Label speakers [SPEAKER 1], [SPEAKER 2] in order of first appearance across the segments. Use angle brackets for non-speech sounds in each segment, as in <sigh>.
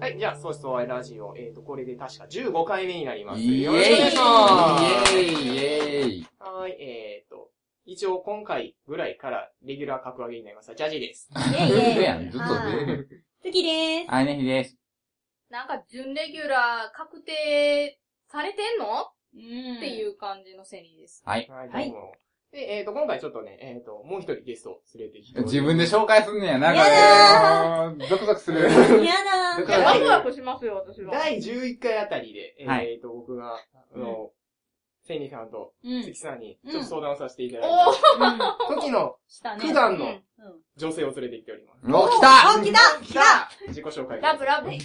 [SPEAKER 1] はい。じゃあ、そうそうラジオ、えっ、と、これで確か15回目になります。
[SPEAKER 2] イエーイイエ
[SPEAKER 1] よろしくお願いします。
[SPEAKER 2] ーイイエーイ
[SPEAKER 1] はい、えっ、と、一応今回ぐらいからレギュラー格上げになりました。ジャジです。
[SPEAKER 3] イェイイェイ
[SPEAKER 2] ずっとやん、ずっと出る。
[SPEAKER 3] 次でーす。
[SPEAKER 2] あいねひです。
[SPEAKER 4] なんか準レギュラー確定されてんの、
[SPEAKER 3] うん
[SPEAKER 4] っていう感じのセリです。
[SPEAKER 2] はい。
[SPEAKER 1] はい、
[SPEAKER 3] はい
[SPEAKER 1] どうも。で、えっ、と、今回ちょっとね、えっ、と、もう一人ゲストを連れてきて。
[SPEAKER 2] 自分で紹介すんねやな、こ
[SPEAKER 3] やだ
[SPEAKER 2] れ。ゾクゾクする。
[SPEAKER 3] やだ
[SPEAKER 1] だ
[SPEAKER 3] ー
[SPEAKER 1] か
[SPEAKER 4] い
[SPEAKER 1] ら
[SPEAKER 4] や、ワクワクしますよ、私は。
[SPEAKER 1] 第11回あたりで、えっ、
[SPEAKER 2] は
[SPEAKER 1] と、僕が、あの、セニーさんと
[SPEAKER 3] うん。
[SPEAKER 1] 関さんに
[SPEAKER 3] うん
[SPEAKER 1] ちょっと相談をさせていただい
[SPEAKER 4] おー
[SPEAKER 3] う
[SPEAKER 1] た時の
[SPEAKER 3] んしたね。
[SPEAKER 1] 普
[SPEAKER 3] うん。
[SPEAKER 1] 段の
[SPEAKER 3] うん
[SPEAKER 1] 女性を連れてきております。
[SPEAKER 2] お、来た
[SPEAKER 3] あ、来た来た
[SPEAKER 1] 自己紹介
[SPEAKER 4] ラブラ <laughs> ブ。
[SPEAKER 5] えー、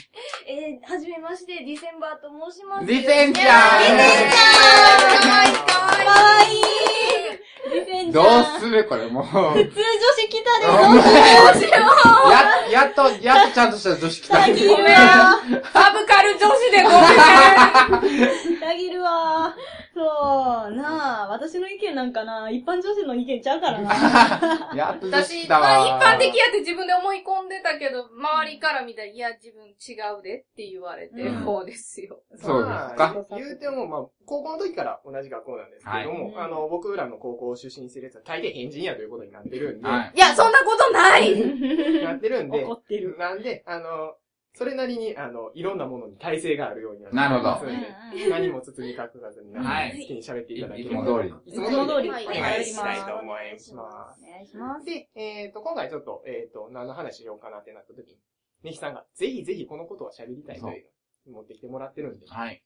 [SPEAKER 5] はじめまして、ディセンバーと申します。
[SPEAKER 2] リセンち
[SPEAKER 3] リセンち
[SPEAKER 2] ゃ
[SPEAKER 3] ゃん
[SPEAKER 1] かわいい
[SPEAKER 3] かわいいリセ
[SPEAKER 2] ん
[SPEAKER 3] ンち
[SPEAKER 2] ど
[SPEAKER 3] ゃ。
[SPEAKER 2] うんするこれ、もう。
[SPEAKER 3] 普通女子来たで、
[SPEAKER 2] お
[SPEAKER 3] どうす
[SPEAKER 2] 前や、やっと、やっとちゃんとした女子来た。
[SPEAKER 3] たぎるわ
[SPEAKER 4] サブカル女子
[SPEAKER 2] <laughs>
[SPEAKER 4] でごめん。
[SPEAKER 3] ー。たぎるわー。そう、なあ、私の意見なんかな、一般女子の意見ちゃうか
[SPEAKER 1] <laughs>
[SPEAKER 3] らな。
[SPEAKER 2] やっと女子
[SPEAKER 4] 私、
[SPEAKER 2] 来た
[SPEAKER 4] まあ
[SPEAKER 2] わ。
[SPEAKER 4] 一般的やって自分で思い込んでたけど、周りから見たら、いや、自分違うでって言われて、
[SPEAKER 2] うん
[SPEAKER 4] こうですよ。
[SPEAKER 2] そうですか。
[SPEAKER 1] まあ言うても、まあ、高校の時から同じ学校なんですけども、
[SPEAKER 3] はい
[SPEAKER 1] あの、僕らの高校出身するやつは大抵変人やということになってるんで、
[SPEAKER 2] はい。
[SPEAKER 4] いや、そんなこ
[SPEAKER 2] <laughs>
[SPEAKER 4] とない
[SPEAKER 1] なってるんで
[SPEAKER 3] 怒、ってる。
[SPEAKER 1] なんで、あの、それなりに、あの、いろんなものに耐性があるようになって
[SPEAKER 2] なるほど
[SPEAKER 1] ますので何も包み隠さずに、
[SPEAKER 2] は
[SPEAKER 1] 好
[SPEAKER 2] い
[SPEAKER 1] きに喋っていただけ
[SPEAKER 2] い
[SPEAKER 1] れ
[SPEAKER 2] つ
[SPEAKER 1] ば
[SPEAKER 2] も通り。
[SPEAKER 3] いつも通り、
[SPEAKER 4] はい
[SPEAKER 1] お願いしたいと思います。
[SPEAKER 3] お願いします。
[SPEAKER 1] で、えっ、と、今回ちょっと、えっ、と、何の話しようかなってなった時に、ネヒさんが、ぜひぜひこのことは喋りたいというのを持ってきてもらってるんで、
[SPEAKER 2] はい。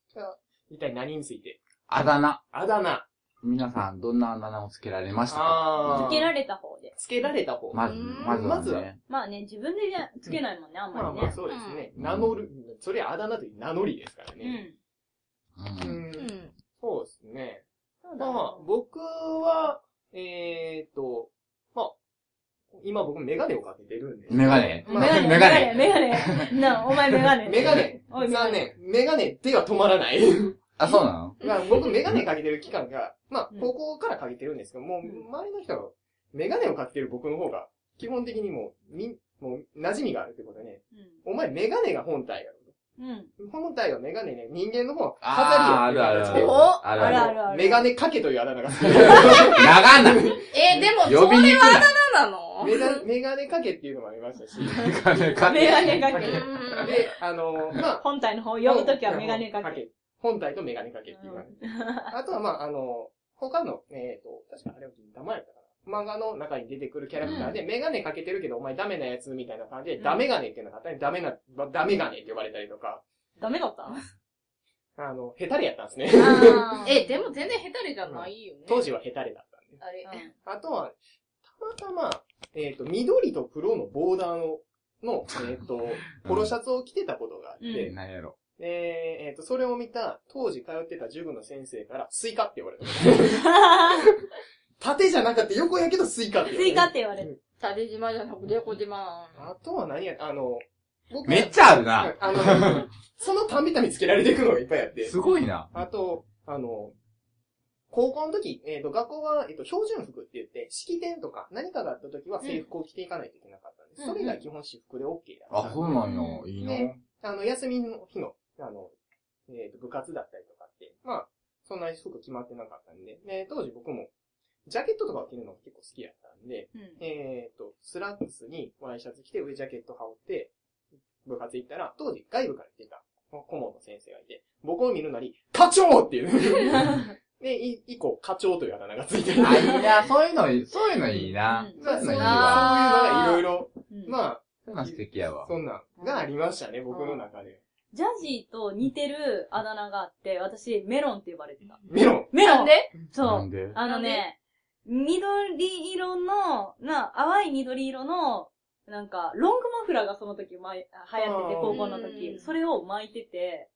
[SPEAKER 1] 一体何について
[SPEAKER 2] あだ名。
[SPEAKER 1] あだ名。
[SPEAKER 2] 皆さん、どんなあだ名をつけられました
[SPEAKER 1] あ
[SPEAKER 2] か
[SPEAKER 1] ー
[SPEAKER 3] つけられた方で。
[SPEAKER 1] つけられた方。
[SPEAKER 2] まず、まずは
[SPEAKER 1] まずは
[SPEAKER 2] ね。
[SPEAKER 3] まあね、自分でねつけないもんね、あん
[SPEAKER 1] まあ
[SPEAKER 3] ま
[SPEAKER 1] ま
[SPEAKER 3] り
[SPEAKER 1] あ、
[SPEAKER 3] ね。
[SPEAKER 1] そうですね。
[SPEAKER 2] うん
[SPEAKER 1] 名乗る、それあだ名という名乗りですから
[SPEAKER 3] う
[SPEAKER 1] ね。
[SPEAKER 3] ん。
[SPEAKER 1] う
[SPEAKER 2] う。
[SPEAKER 1] んん
[SPEAKER 4] う。ん。
[SPEAKER 1] そうですね。
[SPEAKER 3] そうだ
[SPEAKER 1] ま
[SPEAKER 3] ね
[SPEAKER 1] あ、僕は、えーと、まあ、今僕メガネをかけてるんで。
[SPEAKER 2] メガネ。
[SPEAKER 3] メガネ、メガネ、メガネ。なあ、お前メガネ。
[SPEAKER 1] メガネ
[SPEAKER 3] おい
[SPEAKER 1] 残念。メガネでは止まらない。
[SPEAKER 2] あ、そうなの
[SPEAKER 1] まあ、僕メガネかけてる期間が、まあ
[SPEAKER 3] う、ん
[SPEAKER 1] 高校からかけてるんですけど、もう、
[SPEAKER 3] うん
[SPEAKER 1] 周りの人が、メガネをかけてる僕の方が、基本的にもう、みん、もう、馴染みがあるってことでね。お前メガネが本体やろ。
[SPEAKER 3] うん。うん。
[SPEAKER 1] 本体はメガネね、人間の方は
[SPEAKER 2] あ
[SPEAKER 1] 飾
[SPEAKER 2] ー
[SPEAKER 1] りやって
[SPEAKER 2] あるある
[SPEAKER 1] お
[SPEAKER 3] お
[SPEAKER 2] あ
[SPEAKER 3] あ
[SPEAKER 2] るあ
[SPEAKER 3] ら
[SPEAKER 2] る
[SPEAKER 3] あるある。
[SPEAKER 1] メガネかけというあだ名が好き。
[SPEAKER 2] 長
[SPEAKER 3] <laughs>
[SPEAKER 2] な
[SPEAKER 4] えーでも、
[SPEAKER 2] 呼
[SPEAKER 4] そ
[SPEAKER 2] びに
[SPEAKER 4] れ
[SPEAKER 2] くい
[SPEAKER 4] はあだ名なの
[SPEAKER 1] メガメガネかけっていうのもありましたし。
[SPEAKER 2] メガネか
[SPEAKER 3] メ
[SPEAKER 2] け。
[SPEAKER 3] ガネか
[SPEAKER 1] メ
[SPEAKER 3] け。
[SPEAKER 4] うん
[SPEAKER 1] で、あの、まあ、
[SPEAKER 3] 本体の方読むときはメガネかけ。。
[SPEAKER 1] 本体とメガネかけっていう感じ。あとは、まあ、あの、他の、えっと、確かあれは銀玉やったかな。漫画の中に出てくるキャラクターで、メガネかけてるけど、お前ダメなやつみたいな感じで、
[SPEAKER 3] うん
[SPEAKER 1] ダメガネっていうのがあったり、ダメな、ダメガネって呼ばれたりとか、
[SPEAKER 3] ダメだった
[SPEAKER 1] あの、ヘタレやったんですね。
[SPEAKER 3] あー
[SPEAKER 4] え、でも全然ヘタレじゃないよね。
[SPEAKER 1] 当時はヘタレだったんで。
[SPEAKER 4] あれ。
[SPEAKER 1] あとは、たまたま、えっ、と、緑と黒のボーダーの、の、えっ、と、ポロシャツを着てたことがあって、
[SPEAKER 3] う
[SPEAKER 2] 何やろ。
[SPEAKER 1] でえっ、と、それを見た、当時通ってた塾の先生から、スイカって言われた。縦じゃなくて横やけどスイカって言わ
[SPEAKER 3] ス
[SPEAKER 1] れ
[SPEAKER 3] イカ
[SPEAKER 1] た。
[SPEAKER 3] って言われる。
[SPEAKER 4] 縦島じゃなくて横島。
[SPEAKER 1] あとは何や、あの、僕
[SPEAKER 2] めっちゃあるな。
[SPEAKER 1] あ
[SPEAKER 2] <laughs>
[SPEAKER 1] の、そのたんびたびつけられていくのがいっぱいあって。
[SPEAKER 2] すごいな。
[SPEAKER 1] あと、あの、高校の時、えっ、と、学校は、えっ、と、標準服って言って、式典とか何かがあった時は制服を着ていかないといけなかったんです。
[SPEAKER 4] うん
[SPEAKER 1] それ以外基本私服で OK だった
[SPEAKER 2] あ、
[SPEAKER 1] んで
[SPEAKER 2] そうなんや。いいな。
[SPEAKER 1] ねあの、休みの日の、あの、えっ、と、部活だったりとかって、まあ、そんなに服決まってなかったんで、ね、当時僕も、ジャケットとかを着るのが結構好きやったんで、えっ、と、スラックスにワイシャツ着て、上ジャケット羽織って、部活行ったら、当時外部から来てた顧問の先生がいて、僕を見るなり、課長っていう。で、い以降、課長というあだ名がついてる。
[SPEAKER 2] あ、いいな。そういうのいい、そういうのいいな。
[SPEAKER 3] うん
[SPEAKER 2] そういうのいいわ。
[SPEAKER 4] あー
[SPEAKER 1] そういうのがいろいろ、
[SPEAKER 3] うん
[SPEAKER 1] まあ、
[SPEAKER 2] そういうの素敵やわ。
[SPEAKER 1] そんなんがありましたね、僕の中で。
[SPEAKER 3] ジャジーと似てるあだ名があって、私、メロンって呼ばれてた。
[SPEAKER 1] メロン
[SPEAKER 3] メロ
[SPEAKER 4] な
[SPEAKER 3] ン
[SPEAKER 4] んで
[SPEAKER 3] そう
[SPEAKER 2] な。ん <laughs> で
[SPEAKER 3] あのね、緑色の、な、淡い緑色の、なんか、ロングマフラーがその時、まい、流行ってて、
[SPEAKER 1] あー
[SPEAKER 3] 高校の
[SPEAKER 4] う
[SPEAKER 3] 時
[SPEAKER 4] ん、
[SPEAKER 3] それを巻いてて、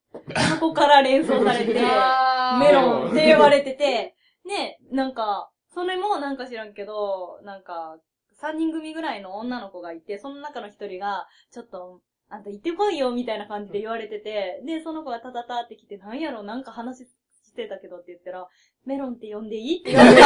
[SPEAKER 3] そこから連想されて、
[SPEAKER 4] あー
[SPEAKER 3] メロンって言われてて、ね、なんか、それもなんか知らんけど、なんか、三人組ぐらいの女の子がいて、その中の一人が、ちょっと、あんた行ってこいよ、みたいな感じで言われてて、で、その子がタタタって来て、なんやろ、なんか話してたけどって言ったら、メロンって呼んでいいって言われて、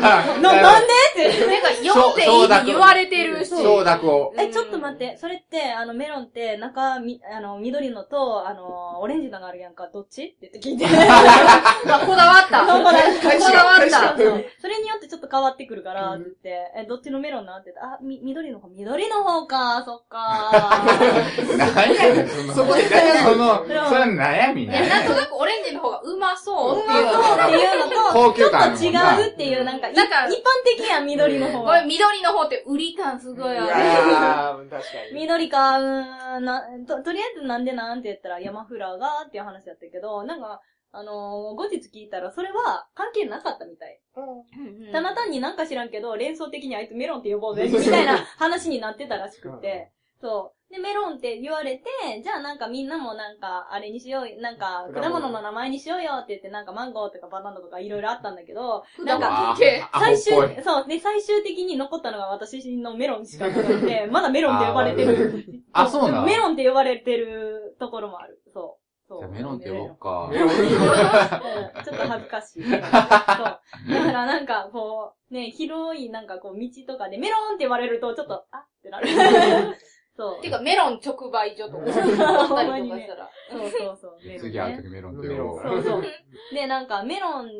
[SPEAKER 3] な、なんでって。
[SPEAKER 4] なんか、読んでいいって言われてるし。
[SPEAKER 2] 承諾を。
[SPEAKER 3] え、ちょっと待
[SPEAKER 4] <laughs>
[SPEAKER 3] って、それって、あの、メロンって、中、み、あの、緑のと、あの、オレンジのがあるやんか、どっちって言って聞いて。
[SPEAKER 4] あ、こだわった。
[SPEAKER 3] こだわった
[SPEAKER 4] こだわった。
[SPEAKER 3] そうそれによってちょっと変わってくるから、
[SPEAKER 1] う
[SPEAKER 3] っ
[SPEAKER 1] ん
[SPEAKER 3] て言って、え、どっちのメロンなんって言って、あ、み、緑の方、緑の方か、そ
[SPEAKER 2] <laughs>
[SPEAKER 3] っか。
[SPEAKER 2] 何やねん、その。
[SPEAKER 1] そこで
[SPEAKER 2] そ
[SPEAKER 1] 悩む
[SPEAKER 2] の、それ悩み
[SPEAKER 4] い
[SPEAKER 2] ね
[SPEAKER 4] や、。なんとなくオレンジの方がうまそうって
[SPEAKER 3] そう
[SPEAKER 4] いうのが。
[SPEAKER 3] っていうの
[SPEAKER 2] 高
[SPEAKER 3] と、ち
[SPEAKER 2] 級
[SPEAKER 3] ょっ
[SPEAKER 2] 感ある
[SPEAKER 3] と
[SPEAKER 2] もんな
[SPEAKER 3] 違うっていう、なんか、い一
[SPEAKER 4] な
[SPEAKER 3] 般
[SPEAKER 4] んか
[SPEAKER 3] 的やん、緑の方
[SPEAKER 4] これ
[SPEAKER 3] は。
[SPEAKER 4] 緑の方って売り感すごい
[SPEAKER 1] い
[SPEAKER 4] ある。
[SPEAKER 1] やー、確かに。
[SPEAKER 3] 緑か、うーん、な、と、とりあえずなんでなんて言ったら、山フラがっていう話やったけど、なんか、あのー後日聞いたら、それは関係なかったみたい。ただ単になんか知らんけど、連想的にあいつメロンって呼ぼ
[SPEAKER 2] <laughs>
[SPEAKER 3] うぜ、みたいな話になってたらしくて。そう。で、メロンって言われて、じゃあなんかみんなもなんか、あれにしよう、なんか、果物の名前にしようよって言って、なんかマンゴーとかバナナとかいろいろあったんだけど、なんか、
[SPEAKER 2] あ
[SPEAKER 4] け
[SPEAKER 2] アホ
[SPEAKER 3] 最
[SPEAKER 2] っ
[SPEAKER 3] 終
[SPEAKER 2] ぽい、
[SPEAKER 3] そう、で、最終的に残ったのが私のメロンしかな
[SPEAKER 2] <laughs>
[SPEAKER 3] くて、まだメロンって呼ばれてる。
[SPEAKER 2] あーそうなの
[SPEAKER 3] メロンって呼ばれてるところもある。そう。そう
[SPEAKER 2] じゃあメロンって呼ぼうか。
[SPEAKER 3] うんちょっと恥ずかしい。そう。だからなんか、こう、ね、広いなんかこう、道とかでメロンって言われると、ちょっと、あってなる。そう。
[SPEAKER 4] てか、メロン直売所とか、思ったり
[SPEAKER 3] <laughs>
[SPEAKER 4] とかしたら。
[SPEAKER 3] そうそうそう。メロ
[SPEAKER 2] <laughs>
[SPEAKER 3] ン
[SPEAKER 2] 次会う
[SPEAKER 3] ね。
[SPEAKER 2] 時メロンって呼ぼう。
[SPEAKER 3] そう
[SPEAKER 4] <laughs>
[SPEAKER 3] そう。で、なんか、メロン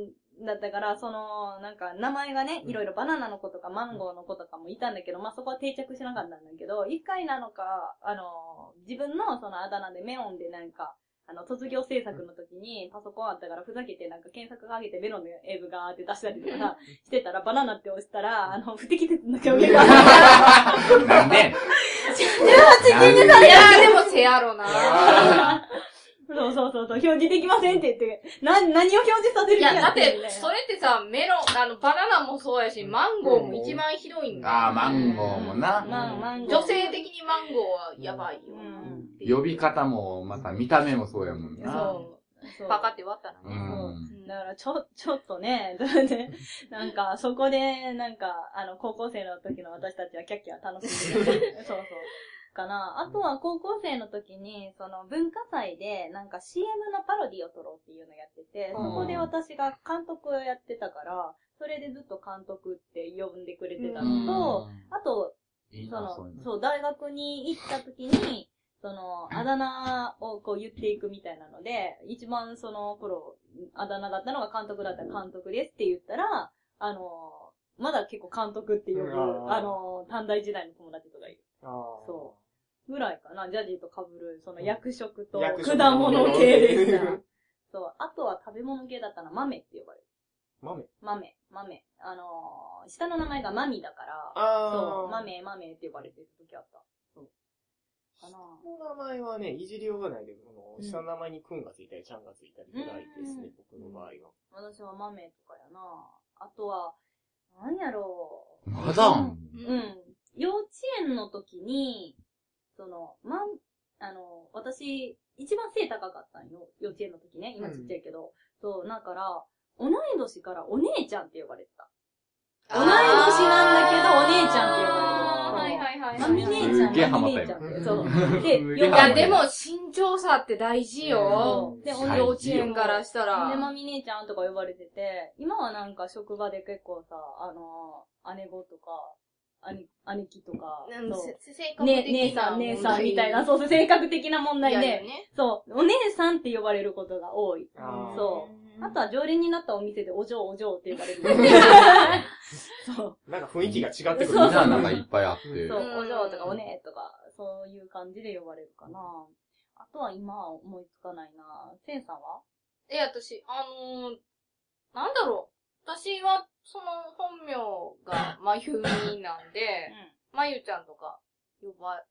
[SPEAKER 3] だったから、その、なんか、名前がね、いろいろバナナの子とかマンゴーの子とかもいたんだけど、まあ、そこは定着しなかったんだけど、一回なのか、あの、自分のそのあだ名でメロンでなんか、あの、卒業制作の時にパソコンあったからふざけてなんか検索かけてメロンの映像がーって出したりとか <laughs> してたら、バナナって押したら、あの、不適切な表 <laughs>
[SPEAKER 4] <laughs>
[SPEAKER 3] 現が。
[SPEAKER 2] <laughs> なんで
[SPEAKER 4] いやー、でもせやろな。
[SPEAKER 3] そうそうそう、そう表示できませんって言って、な、何を表示させる
[SPEAKER 4] い
[SPEAKER 3] 気が
[SPEAKER 4] や、だって
[SPEAKER 3] みたい、な
[SPEAKER 4] それってさ、メロン、あの、バナナもそうやし、マンゴーも一番ひどいんだ。
[SPEAKER 2] ああ、マンゴーもな。
[SPEAKER 3] まあ、マンゴー
[SPEAKER 4] 女性的にマンゴーはやばいよ。
[SPEAKER 3] うん
[SPEAKER 2] 呼び方も、また見た目もそうやもんな。
[SPEAKER 4] そう。
[SPEAKER 3] そう
[SPEAKER 4] パカって割ったな。
[SPEAKER 2] う。
[SPEAKER 3] そうんだから、ちょ、 <laughs> ちょっとね、だってなんか、そこで、なんか、あの、高校生の時の私たちはキャッキャ楽しん <laughs> でる。そうそう。かな。あとは、高校生の時に、その、文化祭で、なんか CM のパロディを撮ろうっていうのやってて、そこで私が監督をやってたから、それでずっと監督って呼んでくれてたのと、あと、
[SPEAKER 2] いい
[SPEAKER 3] そ
[SPEAKER 2] な、
[SPEAKER 3] の
[SPEAKER 2] そういう、の。
[SPEAKER 3] そう、大学に行った時に、その、あだ名をこう言っていくみたいなので、一番その頃、あだ名だったのが監督だったら監督ですって言ったら、あの、まだ結構監督って呼ぶ
[SPEAKER 1] うわ、ー
[SPEAKER 3] あの、短大時代の友達とかいる。そぐらいかな、ジャジーと被る、その役職と
[SPEAKER 1] 役職
[SPEAKER 3] 果物系でした
[SPEAKER 1] うん。
[SPEAKER 3] <laughs> そう、あとは食べ物系だったら豆って呼ばれる。
[SPEAKER 1] う。豆
[SPEAKER 3] 豆、豆。あの下の名前がマミだから、
[SPEAKER 1] あ
[SPEAKER 3] そう、マ。メ、マメって呼ばれてる時あった。そう。かな
[SPEAKER 1] この名前はね、いじりようがないで、こ
[SPEAKER 3] うん
[SPEAKER 1] の、下の名前にくんがついたり、ちゃんがついたりぐらいですね、
[SPEAKER 3] うん
[SPEAKER 1] 僕の場合は。
[SPEAKER 3] 私はマメとかやなあとは、何やろ
[SPEAKER 2] まだあん
[SPEAKER 3] う。うん。幼稚園の時に、その、まん、あの、私、一番背高かったんよ。幼稚園の時ね。今ちっちゃいけど。そう、だから、同い年からお姉ちゃんって呼ばれてた。同い年なんだけど、お姉ちゃんって呼
[SPEAKER 4] あー
[SPEAKER 3] ば
[SPEAKER 4] は
[SPEAKER 3] れて
[SPEAKER 4] い
[SPEAKER 3] る。
[SPEAKER 4] はいはい。
[SPEAKER 3] マミ姉
[SPEAKER 2] すっ
[SPEAKER 3] ち
[SPEAKER 2] げえ
[SPEAKER 3] ゃん、
[SPEAKER 2] ハ
[SPEAKER 3] マ
[SPEAKER 2] マっ
[SPEAKER 3] ミ
[SPEAKER 2] た
[SPEAKER 3] 姉ちゃ
[SPEAKER 2] よ
[SPEAKER 3] んって。そ
[SPEAKER 2] すっ
[SPEAKER 3] う。で、呼
[SPEAKER 2] げえ
[SPEAKER 4] い
[SPEAKER 2] ハマ
[SPEAKER 3] ば
[SPEAKER 2] った
[SPEAKER 4] や、
[SPEAKER 3] れて
[SPEAKER 4] でも、身長差って大事よ。
[SPEAKER 3] そうで、
[SPEAKER 2] うん
[SPEAKER 4] 幼稚園からしたら。
[SPEAKER 3] で、まみ姉ちゃんとか呼ばれてて、今はなんか職場で結構さ、あの姉子とか、姉、姉貴とか、
[SPEAKER 4] うん
[SPEAKER 3] そ
[SPEAKER 4] せ性
[SPEAKER 3] う。
[SPEAKER 4] 格
[SPEAKER 3] ね、
[SPEAKER 4] 的
[SPEAKER 3] 姉さ、
[SPEAKER 4] なん問題
[SPEAKER 3] 姉さんみたいな、そうそう、性格的な問
[SPEAKER 4] い
[SPEAKER 3] 題
[SPEAKER 4] や
[SPEAKER 3] で、
[SPEAKER 4] よね。
[SPEAKER 3] そう、お姉さんって呼ばれることが多い。
[SPEAKER 1] あー
[SPEAKER 3] そあとは常連になったお店でお嬢お嬢って呼ばれ
[SPEAKER 4] <laughs>
[SPEAKER 3] る。そう、
[SPEAKER 1] なんか雰囲気が違ってくる。
[SPEAKER 2] みんななんかいっぱいあって
[SPEAKER 3] そ。う、
[SPEAKER 4] うん
[SPEAKER 3] お嬢とかお姉とか、そういう感じで呼ばれるかな。あとは今は思いつかないな。せんさんは
[SPEAKER 4] え、私、あのー、なんだろう。私は、その本名
[SPEAKER 3] <laughs>
[SPEAKER 4] が、まゆみなんで、まゆちゃんとか呼ばれ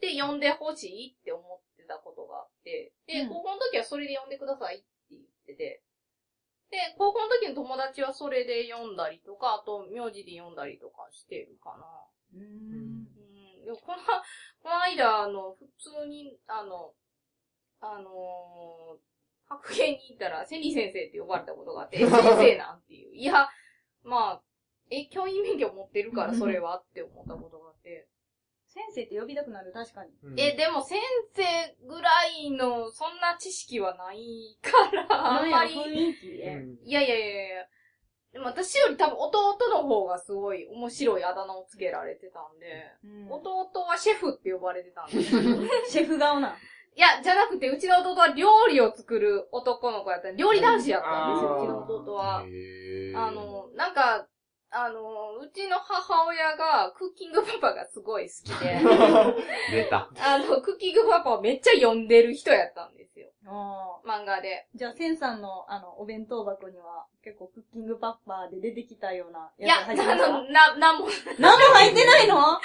[SPEAKER 4] て、呼んでほしいって思ってたことがあって、で、
[SPEAKER 3] うん
[SPEAKER 4] 高校の時はそれで呼んでくださいって言ってて、で、高校の時の友達はそれで呼んだりとか、あと、名字で呼んだりとかしてるかな。
[SPEAKER 3] うん。うん。
[SPEAKER 4] うんでもこの、この間、あの、普通に、あの、あのー、白芸に行ったら、セニ先生って呼ばれたことがあって、え、先生なんていう。いや、まあ、え、教員免許持ってるからそれはって思ったことがあって、
[SPEAKER 3] 先生って呼びたくなる、確かに。
[SPEAKER 1] うん
[SPEAKER 4] え、でも先生ぐらいの、そんな知識はないから、あんま
[SPEAKER 3] <laughs>
[SPEAKER 4] り。
[SPEAKER 3] なんや雰囲気
[SPEAKER 1] う <laughs>
[SPEAKER 3] で。
[SPEAKER 1] ん
[SPEAKER 4] いやいやいやいや。でも私より多分弟の方がすごい面白いあだ名をつけられてたんで、
[SPEAKER 3] うん
[SPEAKER 4] 弟はシェフって呼ばれてたんですけどい
[SPEAKER 3] シェフ顔な。
[SPEAKER 4] や、じゃなくて、うちの弟は料理を作る男の子やったんで料理男子やったんです
[SPEAKER 1] あー
[SPEAKER 4] よ、うちの弟は。
[SPEAKER 2] へー
[SPEAKER 4] あ、の、なんか、あの、うちの母親がクッキングパパがすごい好きで、
[SPEAKER 2] 出た。
[SPEAKER 4] あの、クッキングパパをめっちゃ読んでる人やったんですよ。
[SPEAKER 3] あ
[SPEAKER 4] 漫画で。
[SPEAKER 3] ーじゃあ、センさんの、あの、お弁当箱には、結構クッキングパッパーで出てきたようない
[SPEAKER 4] や、あ
[SPEAKER 3] 入ってました
[SPEAKER 4] の、な、なんも
[SPEAKER 3] 何も入ってないの
[SPEAKER 4] な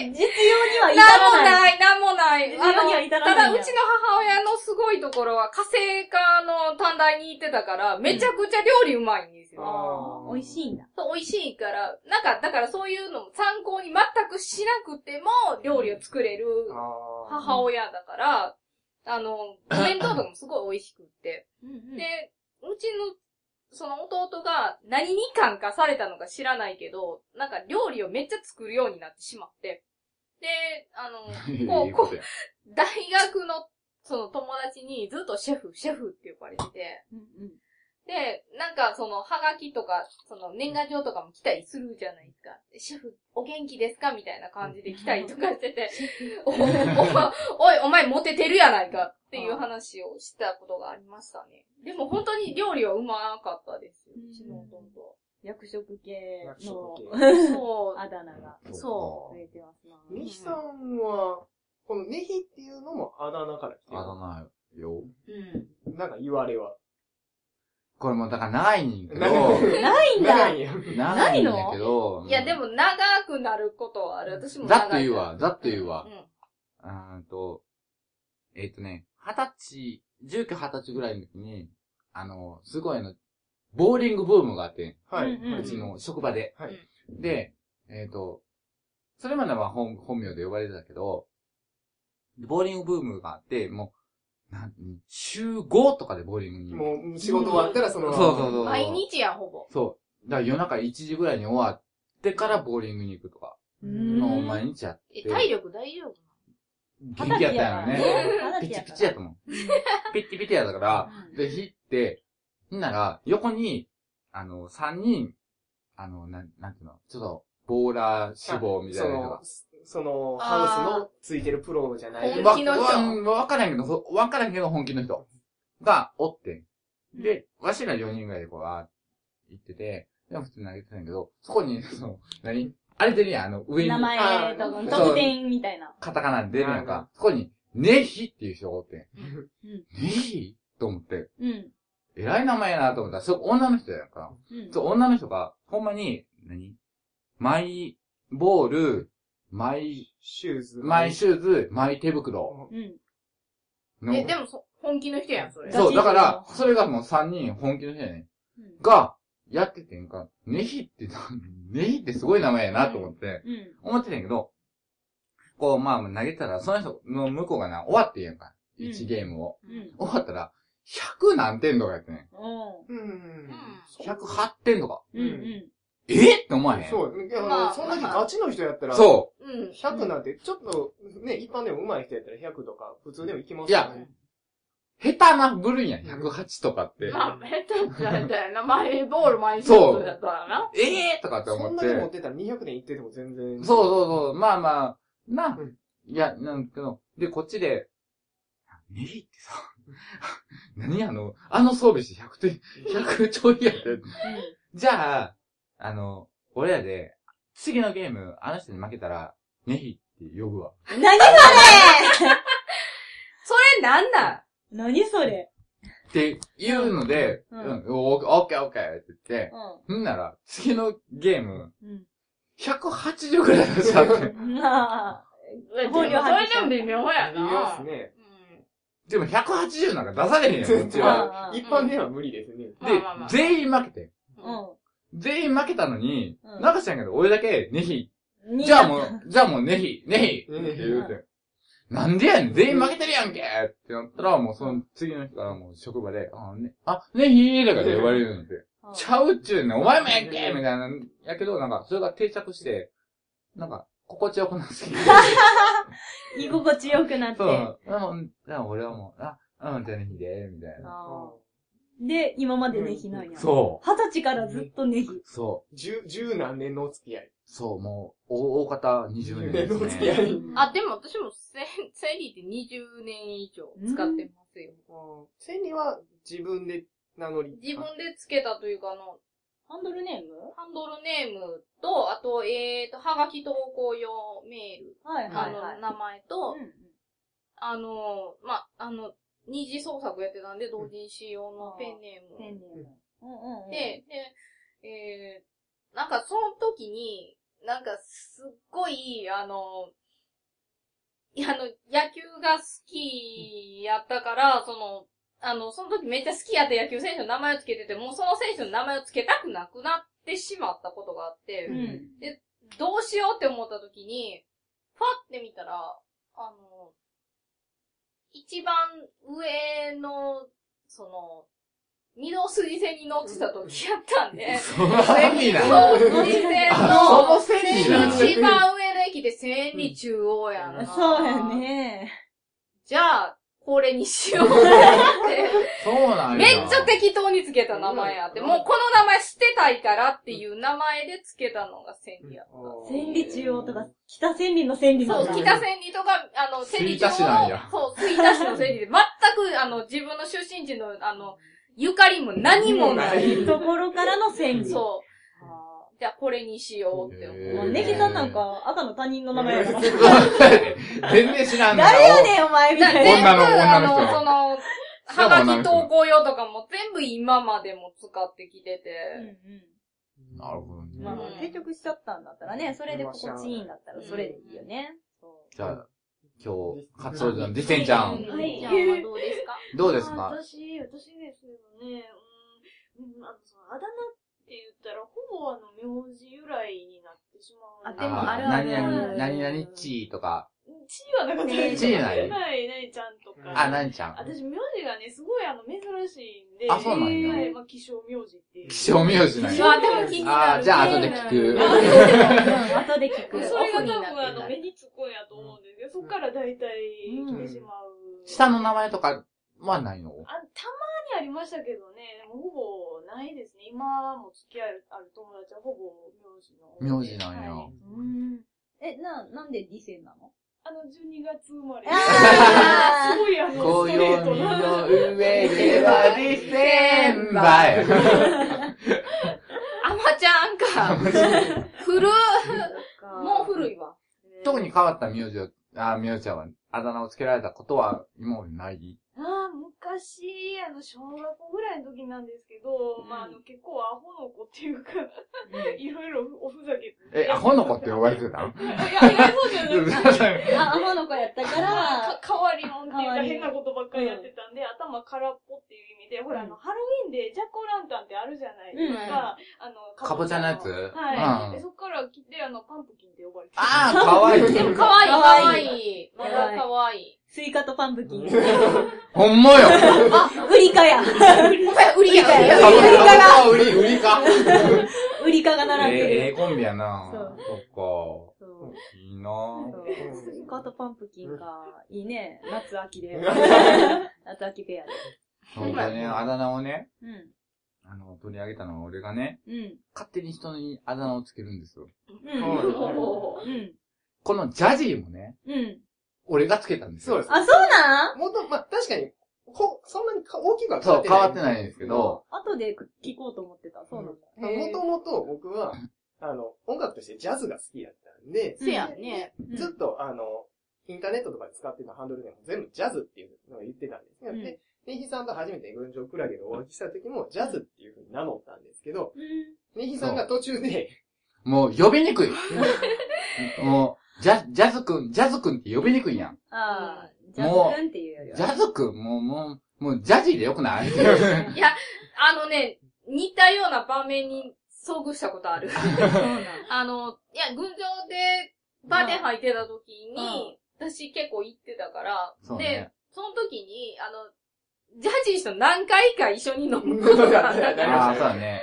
[SPEAKER 4] い。
[SPEAKER 3] 実用には至
[SPEAKER 4] なんも
[SPEAKER 3] らない。
[SPEAKER 4] ない、なんもない。
[SPEAKER 3] 世には
[SPEAKER 4] あ
[SPEAKER 3] 至ら
[SPEAKER 4] のた
[SPEAKER 3] ない
[SPEAKER 4] だ、
[SPEAKER 3] ん
[SPEAKER 4] う
[SPEAKER 3] や
[SPEAKER 4] ちの母親のすごいところは、火星科の短大に行ってたから、めちゃくちゃ料理うまいんですよ。
[SPEAKER 3] あー美味しいんだ。
[SPEAKER 4] そう美味しいから、なんか、だからそういうのも参考に全くしなくても、料理を作れる
[SPEAKER 1] あ
[SPEAKER 4] 母親だから、あの、お弁当とかもすごい美味しくって。で、うちの、その弟が何に感化されたのか知らないけど、なんか料理をめっちゃ作るようになってしまって。で、あの、
[SPEAKER 2] <laughs>
[SPEAKER 4] こう、こう、
[SPEAKER 2] う。
[SPEAKER 4] 大学の、その友達にずっとシェフ、シェフって呼ばれてて、
[SPEAKER 3] うんうん
[SPEAKER 4] で、なんかその、はがきとか、その年賀状とかも来たりするじゃないですか。シェフ、お元気ですかみたいな感じで来たりとかしてて、 <laughs> おおおい、お前モテてるやないかっていう話をしたことがありましたね。でも本当に料理はうまかったですよ。うちの弟。
[SPEAKER 3] 役職系
[SPEAKER 1] 役
[SPEAKER 3] の
[SPEAKER 1] 職
[SPEAKER 4] そう。
[SPEAKER 3] あだ名が
[SPEAKER 4] そ
[SPEAKER 3] 増えてますな。
[SPEAKER 1] ネヒさんは、このネヒっていうのもあだ名から来て
[SPEAKER 2] あだ名よ。
[SPEAKER 4] う。うん。
[SPEAKER 1] る。なんか言われは。
[SPEAKER 2] これもだからないねん
[SPEAKER 4] <laughs>
[SPEAKER 2] けど、
[SPEAKER 3] ないん
[SPEAKER 1] な
[SPEAKER 3] だ
[SPEAKER 1] いよ。
[SPEAKER 2] ないんだけど、
[SPEAKER 4] いや、でも長くなることはある。私も長
[SPEAKER 2] ざ
[SPEAKER 4] い
[SPEAKER 2] っと言うわ、ざっと言うわ
[SPEAKER 4] うん。。
[SPEAKER 2] うーんと、えっ、とね、二十歳、19、二十歳ぐらいの時に、あの、すごいあの、ボーリングブームがあって、
[SPEAKER 1] は
[SPEAKER 3] うんうん
[SPEAKER 1] い。
[SPEAKER 2] うちの職場で。
[SPEAKER 1] はい
[SPEAKER 2] で、えっ、と、それまでは本本名で呼ばれてたけど、ボーリングブームがあって、もう、なん週5とかでボーリングに。
[SPEAKER 1] もう仕事終わったらそ
[SPEAKER 2] そ
[SPEAKER 1] の、
[SPEAKER 2] うそうそうそう。
[SPEAKER 4] 毎日やん、ほぼ。
[SPEAKER 2] そう。だから夜中1時ぐらいに終わってからボーリングに行くとか、
[SPEAKER 3] うん
[SPEAKER 2] のを毎日やっ
[SPEAKER 4] え、
[SPEAKER 2] て、
[SPEAKER 4] 体力大丈夫
[SPEAKER 2] 元気やったんよね。
[SPEAKER 3] 二十
[SPEAKER 2] ピチ
[SPEAKER 3] 歳や
[SPEAKER 2] ピ
[SPEAKER 3] から
[SPEAKER 2] チやったもん。ピチピチやったから、で、引って、ひんなら、横に、あの、3人、あの、なん、なんていうの、ちょっと、ボーラー志望みたいな人が。
[SPEAKER 1] その、その、ハウスのついてるプロじゃない。
[SPEAKER 4] 本気の人
[SPEAKER 2] わ、わわからんけど、そうわからんけど本気の人がおってん。で、わしら4人ぐらいでこう、あー行ってて、でも普通に投げてたんやけど、そこに、その、何あれ出るやん、あの、上に
[SPEAKER 3] 名、前とか、
[SPEAKER 2] そう
[SPEAKER 3] 特典みたいな。
[SPEAKER 2] カタカナで出るやん
[SPEAKER 1] はいは
[SPEAKER 2] か。そこに、ネヒっていう人がおってん。
[SPEAKER 3] うん。
[SPEAKER 2] ネヒと思って、
[SPEAKER 3] うん。
[SPEAKER 2] 偉い名前やなと思ったら、そこ女の人やんか。
[SPEAKER 3] うん。
[SPEAKER 2] そう、女の人が、ほんまに、何マイボール、マイ、
[SPEAKER 1] シューズ。
[SPEAKER 2] マイシューズ、マイ手袋
[SPEAKER 3] うん。
[SPEAKER 2] の。
[SPEAKER 4] え、でもそ、本気の人やん、それ。
[SPEAKER 2] そう、だから
[SPEAKER 3] ガ、チ
[SPEAKER 2] それがもう3人本気の人やね
[SPEAKER 3] うん
[SPEAKER 2] が、やっててんか、ネヒってな、ネヒってすごい名前やなと思って、
[SPEAKER 3] うん。
[SPEAKER 2] 思ってたんやけど、こう、まあ、投げたら、その人の向こうがな、終わってんやんか。
[SPEAKER 3] うん
[SPEAKER 2] 1ゲームを。
[SPEAKER 3] うん。
[SPEAKER 2] 終わったら、100何点とかやってね。
[SPEAKER 3] お
[SPEAKER 1] うん。
[SPEAKER 2] 108点とか。
[SPEAKER 3] うん。うん。
[SPEAKER 2] えって思わへん。
[SPEAKER 1] そう。いや、
[SPEAKER 4] まあ
[SPEAKER 1] そんだけガチの人やったら、
[SPEAKER 2] そう。
[SPEAKER 4] うん。
[SPEAKER 1] 100なんて、ちょっと、ね、一般でも上手い人やったら100とか、普通でもいきます
[SPEAKER 2] いや
[SPEAKER 1] ね
[SPEAKER 2] 下手な部類やん、108とかって。
[SPEAKER 4] まあ、めったっちゃだよな。マイボール、マイシ
[SPEAKER 2] そう
[SPEAKER 4] ョートだったらな。
[SPEAKER 2] ええー、とかって
[SPEAKER 1] そ
[SPEAKER 2] 思
[SPEAKER 1] ん
[SPEAKER 2] っ
[SPEAKER 1] だ
[SPEAKER 2] て。
[SPEAKER 1] け持
[SPEAKER 2] そ
[SPEAKER 1] っ
[SPEAKER 2] う
[SPEAKER 1] てたら200年いってても全然。
[SPEAKER 2] そうそう。まあまあ、な、
[SPEAKER 1] うん
[SPEAKER 2] いや、なんけど、で、こっちで、ネギってさ、 <laughs> 何あの、あの装備して100点、100ちょいやって。じゃあ、あの、俺らで、次のゲーム、あの人に負けたら、ネギって呼ぶわ。
[SPEAKER 3] 何それ
[SPEAKER 4] それなんなん
[SPEAKER 3] 何それ
[SPEAKER 2] っていうので、う
[SPEAKER 3] う
[SPEAKER 2] んん、おオッケーオッケーって言って、
[SPEAKER 3] う
[SPEAKER 2] ほんなら、次のゲーム、
[SPEAKER 3] ん。
[SPEAKER 2] 180ぐらい出しちゃって。
[SPEAKER 3] <laughs> うん。なあ。
[SPEAKER 4] それ
[SPEAKER 3] 放流外し
[SPEAKER 4] でも微妙や
[SPEAKER 1] 言いま
[SPEAKER 4] な
[SPEAKER 1] す。ね。
[SPEAKER 2] でも180なんか出されへんよ、こっちは。
[SPEAKER 3] ああ
[SPEAKER 1] 一般では無理ですね。
[SPEAKER 2] で
[SPEAKER 4] まあまあまあ、
[SPEAKER 2] 全員負けて。
[SPEAKER 4] うん。
[SPEAKER 2] 全員負けたのに、
[SPEAKER 3] うん
[SPEAKER 2] なんか知らんけど、俺だけ、ネヒ。
[SPEAKER 3] うん。
[SPEAKER 2] じゃあもう、じゃあもうネヒ、ネヒって
[SPEAKER 1] うん
[SPEAKER 2] 言うて。なんでやねん、全員負けてるやんけってなったら、もうその次の日からもう職場で、あ、ね、あ、ネヒーとかで呼ばれるようになって。
[SPEAKER 3] うん、
[SPEAKER 2] ちゃうっちゅうねん、お前もやんけみたいな、やけど、なんか、それが定着して、なんか、心地よくなってきて。
[SPEAKER 3] 居心地よくなって
[SPEAKER 2] そ。う。うん、じゃあ俺はもう、あ、うん、じゃあねひで、みたいな。
[SPEAKER 3] あーで、今までネヒなんや。う。
[SPEAKER 2] そ
[SPEAKER 3] 二十歳からずっとネヒ。
[SPEAKER 2] う。そう。
[SPEAKER 1] 十、十何年のお付き合い。
[SPEAKER 2] そう、もう、大大方
[SPEAKER 1] 年
[SPEAKER 2] 20年で
[SPEAKER 1] の <laughs>
[SPEAKER 2] す
[SPEAKER 1] お付き合
[SPEAKER 2] ね。
[SPEAKER 1] い。
[SPEAKER 4] あ、でも私もセセリで20年以上使ってますよ。
[SPEAKER 1] セリは自分で名乗り。
[SPEAKER 4] 自分でつけたというか、あの、
[SPEAKER 3] ハンドルネーム
[SPEAKER 4] ハンドルネームと、あと、えーと、はがき投稿用メール、
[SPEAKER 3] はい
[SPEAKER 4] あ
[SPEAKER 3] はい
[SPEAKER 4] の、
[SPEAKER 3] はい。
[SPEAKER 4] 名前と、
[SPEAKER 3] うんうん
[SPEAKER 4] あの、ま、あの、二次創作やってたんで、同人誌用のペンネーム。
[SPEAKER 3] ペンネーム。うんうんうん。
[SPEAKER 4] で、で、えー、なんかその時に、なんかすっごい、あの、いやあの、野球が好きやったから、その、あの、その時めっちゃ好きやった野球選手の名前をつけてて、もうその選手の名前をつけたくなくなってしまったことがあって、
[SPEAKER 3] うん。
[SPEAKER 4] どうしようって思った時に、ファって見たら、あの、一番上の、その、二の筋線に乗ってた時やったんで、
[SPEAKER 2] そう、セリな
[SPEAKER 4] そ
[SPEAKER 2] の
[SPEAKER 4] う、筋線
[SPEAKER 2] あ、そ
[SPEAKER 4] の、
[SPEAKER 2] のセリなの
[SPEAKER 4] 一番上の駅で千里中央やな。
[SPEAKER 3] そうや。ね。
[SPEAKER 4] じゃあ、これにしようと思って。 <laughs>
[SPEAKER 2] そうなんや。
[SPEAKER 4] めっちゃ適当につけた名前やって、もうこの名前捨てたいからっていう名前でつけたのが千里やった。
[SPEAKER 3] 千里中央とか、北千里の千里
[SPEAKER 4] そ
[SPEAKER 3] の
[SPEAKER 4] う、北千里とか、あの、千里
[SPEAKER 2] 吹田市なん
[SPEAKER 4] 町の
[SPEAKER 2] や、
[SPEAKER 4] そう、吹田市の千里で、全く、あの、自分の出身地の、あの、ゆかりも何もない。
[SPEAKER 1] うん
[SPEAKER 3] ところからの千里。
[SPEAKER 4] そう。あーじゃあ、これにしようって思
[SPEAKER 2] へ
[SPEAKER 4] う。
[SPEAKER 2] ー
[SPEAKER 3] もうネギさんなんか、赤の他人の名前やから。
[SPEAKER 2] <laughs> 全然知らんの。
[SPEAKER 3] 誰やねん、お前み
[SPEAKER 4] だ
[SPEAKER 3] た
[SPEAKER 4] から
[SPEAKER 3] いな。
[SPEAKER 4] 全
[SPEAKER 2] 女
[SPEAKER 4] 部、
[SPEAKER 2] の女
[SPEAKER 4] あ
[SPEAKER 2] の人
[SPEAKER 4] の、その、
[SPEAKER 2] しかも
[SPEAKER 4] は
[SPEAKER 2] 女
[SPEAKER 4] が
[SPEAKER 2] の
[SPEAKER 4] き
[SPEAKER 2] 人
[SPEAKER 4] 投稿用とかも全部今までも使ってきて
[SPEAKER 3] うん
[SPEAKER 4] て、
[SPEAKER 2] なるほど
[SPEAKER 3] うん。まあ
[SPEAKER 2] ね。
[SPEAKER 3] まあ、定着しちゃったんだったらね、それで心地いいんだったら、それでいいよね。
[SPEAKER 2] じゃあ、今日、カツオちゃん、デッセンちゃん、
[SPEAKER 5] はい
[SPEAKER 4] じゃあ、まあどうですか
[SPEAKER 2] どうです
[SPEAKER 5] あ
[SPEAKER 2] か
[SPEAKER 5] 私、私ですよね、うーん、うんあの、そのあだ名って言ったら、ほぼあの、名字由来になってしまうの
[SPEAKER 4] でも
[SPEAKER 2] あ
[SPEAKER 4] あるあ
[SPEAKER 2] 何
[SPEAKER 4] る
[SPEAKER 2] 々、何々ちーとか、
[SPEAKER 5] 地位はなかったです
[SPEAKER 2] 地位ない
[SPEAKER 5] ない、ないちゃんとか。
[SPEAKER 2] あ、何ちゃん。
[SPEAKER 5] 私、名字がね、すごいあの、珍しいんで。
[SPEAKER 2] あそうなんや
[SPEAKER 5] はい、まあ、希少名字っていう。
[SPEAKER 2] 気象名字なん
[SPEAKER 4] う
[SPEAKER 2] や。
[SPEAKER 4] わ、でも気になる。
[SPEAKER 2] あーじゃあ後で聞く
[SPEAKER 4] うん
[SPEAKER 3] うん、後で聞く。
[SPEAKER 5] それが
[SPEAKER 3] オフに
[SPEAKER 5] 多
[SPEAKER 3] な
[SPEAKER 5] 分あの、
[SPEAKER 3] って
[SPEAKER 5] 目につくんやと思うんですけど、そっから大体来てしまう。
[SPEAKER 2] 下の名前とかはないの
[SPEAKER 5] あたまにありましたけどね、でもほぼないですね。今も付き合いある友達はほぼ名字の。
[SPEAKER 2] 名字なんや。
[SPEAKER 5] はい
[SPEAKER 3] うん。え、な、なんでディセンなの
[SPEAKER 5] あの、12月生まれ。
[SPEAKER 3] あー
[SPEAKER 5] すごいあの、ス
[SPEAKER 2] 暦
[SPEAKER 5] トレートな。
[SPEAKER 2] の上ではディセンバ <laughs> ー
[SPEAKER 4] アマちゃんか。古っ。もう古いわ。
[SPEAKER 2] 特に変わった名字を、あ、名字ちゃんは、あだ名をつけられたことは今までない
[SPEAKER 5] ああ、昔、あの、小学校ぐらいの時なんですけど、
[SPEAKER 3] うん
[SPEAKER 5] まあ、あの、結構アホの子っていうか、 <laughs> いろいろおふざけ。
[SPEAKER 2] え、アホの子って呼ばれてた <laughs> の
[SPEAKER 5] いや、いやそうじゃない。
[SPEAKER 3] あ、アホの子やったから、
[SPEAKER 5] か、変わりもんっていう
[SPEAKER 3] 変わりも
[SPEAKER 5] か
[SPEAKER 3] ん
[SPEAKER 5] 変なことばっかりやってたんで、頭空っぽっていう意味で、ほら、あの、ハロウィンでジャックオランタンってあるじゃないですか。あの、
[SPEAKER 2] かぼちゃのやつ
[SPEAKER 5] はい。
[SPEAKER 2] う
[SPEAKER 5] で
[SPEAKER 2] ん
[SPEAKER 5] そっから来て、あの、パンプキンって呼ばれてる。
[SPEAKER 2] ああ、かわいい
[SPEAKER 4] で。も可愛い、
[SPEAKER 3] 可
[SPEAKER 4] 可
[SPEAKER 3] 愛
[SPEAKER 4] 愛い。まだ可愛い。
[SPEAKER 3] スイカとパンプキン。
[SPEAKER 2] ほんまよ。
[SPEAKER 3] ウリカや。
[SPEAKER 4] ごめん、売りや、売り
[SPEAKER 2] か
[SPEAKER 4] や、
[SPEAKER 2] ぼ
[SPEAKER 4] 売
[SPEAKER 2] ち
[SPEAKER 4] りや。
[SPEAKER 2] ゃが売り、売りか。
[SPEAKER 3] ウリカが並んで
[SPEAKER 2] ええ
[SPEAKER 3] る。
[SPEAKER 2] コンビやな
[SPEAKER 3] そう。
[SPEAKER 2] そ
[SPEAKER 3] そう
[SPEAKER 2] っか。いいなぁ。
[SPEAKER 3] スイカとパンプキンか。いいね。夏秋 <laughs> で。夏秋ペアで。
[SPEAKER 2] 本当ね、あだ名をね、
[SPEAKER 3] うん。
[SPEAKER 2] あの、取り上げたのは俺がね、
[SPEAKER 3] うん。
[SPEAKER 2] 勝手に人にあだ名をつけるんですよ。
[SPEAKER 3] うん。うん。
[SPEAKER 2] このジャジーもね、
[SPEAKER 3] うん。
[SPEAKER 2] 俺がつけたんですよ。
[SPEAKER 1] そうです
[SPEAKER 3] あ、そうなん
[SPEAKER 1] もっと、まあ、確かに、こそんなにか大きくは
[SPEAKER 2] そう、変わって
[SPEAKER 1] い。
[SPEAKER 2] ないんですけど、
[SPEAKER 3] 後で聞こうと思ってた。そうなんだ。
[SPEAKER 1] もともと僕は、あの、音楽としてジャズが好きやったんで、
[SPEAKER 4] せやね。
[SPEAKER 3] うん
[SPEAKER 1] ずっと、あの、インターネットとかで使ってたハンドルでも全部ジャズっていうのを言ってたんですね。
[SPEAKER 3] うん
[SPEAKER 1] で、ネヒさんと初めて群青クラゲでお会いした時も、ジャズっていうふうに名乗ったんですけど、ネヒさんが途中で、
[SPEAKER 2] もう呼びにくい。もう、ジャ、ジャズくん、ジャズくんって呼びにくいやん。
[SPEAKER 3] ああ、ジャズくんっていうよりは。
[SPEAKER 2] ジャズくん、もう、もう、もうジャジーでよくない
[SPEAKER 4] いや、あのね、似たような場面に遭遇したことある。
[SPEAKER 3] そうなん
[SPEAKER 4] あの、いや、群青で、バーテン入ってた時に、私結構行ってたから
[SPEAKER 2] そう、
[SPEAKER 4] で
[SPEAKER 2] ね、。
[SPEAKER 4] その時に、あの、ジャ
[SPEAKER 2] <laughs>
[SPEAKER 4] ジーと何回か一緒に飲むことがあったか
[SPEAKER 1] な
[SPEAKER 2] あ
[SPEAKER 1] る
[SPEAKER 4] ら、
[SPEAKER 2] あ、そうだね。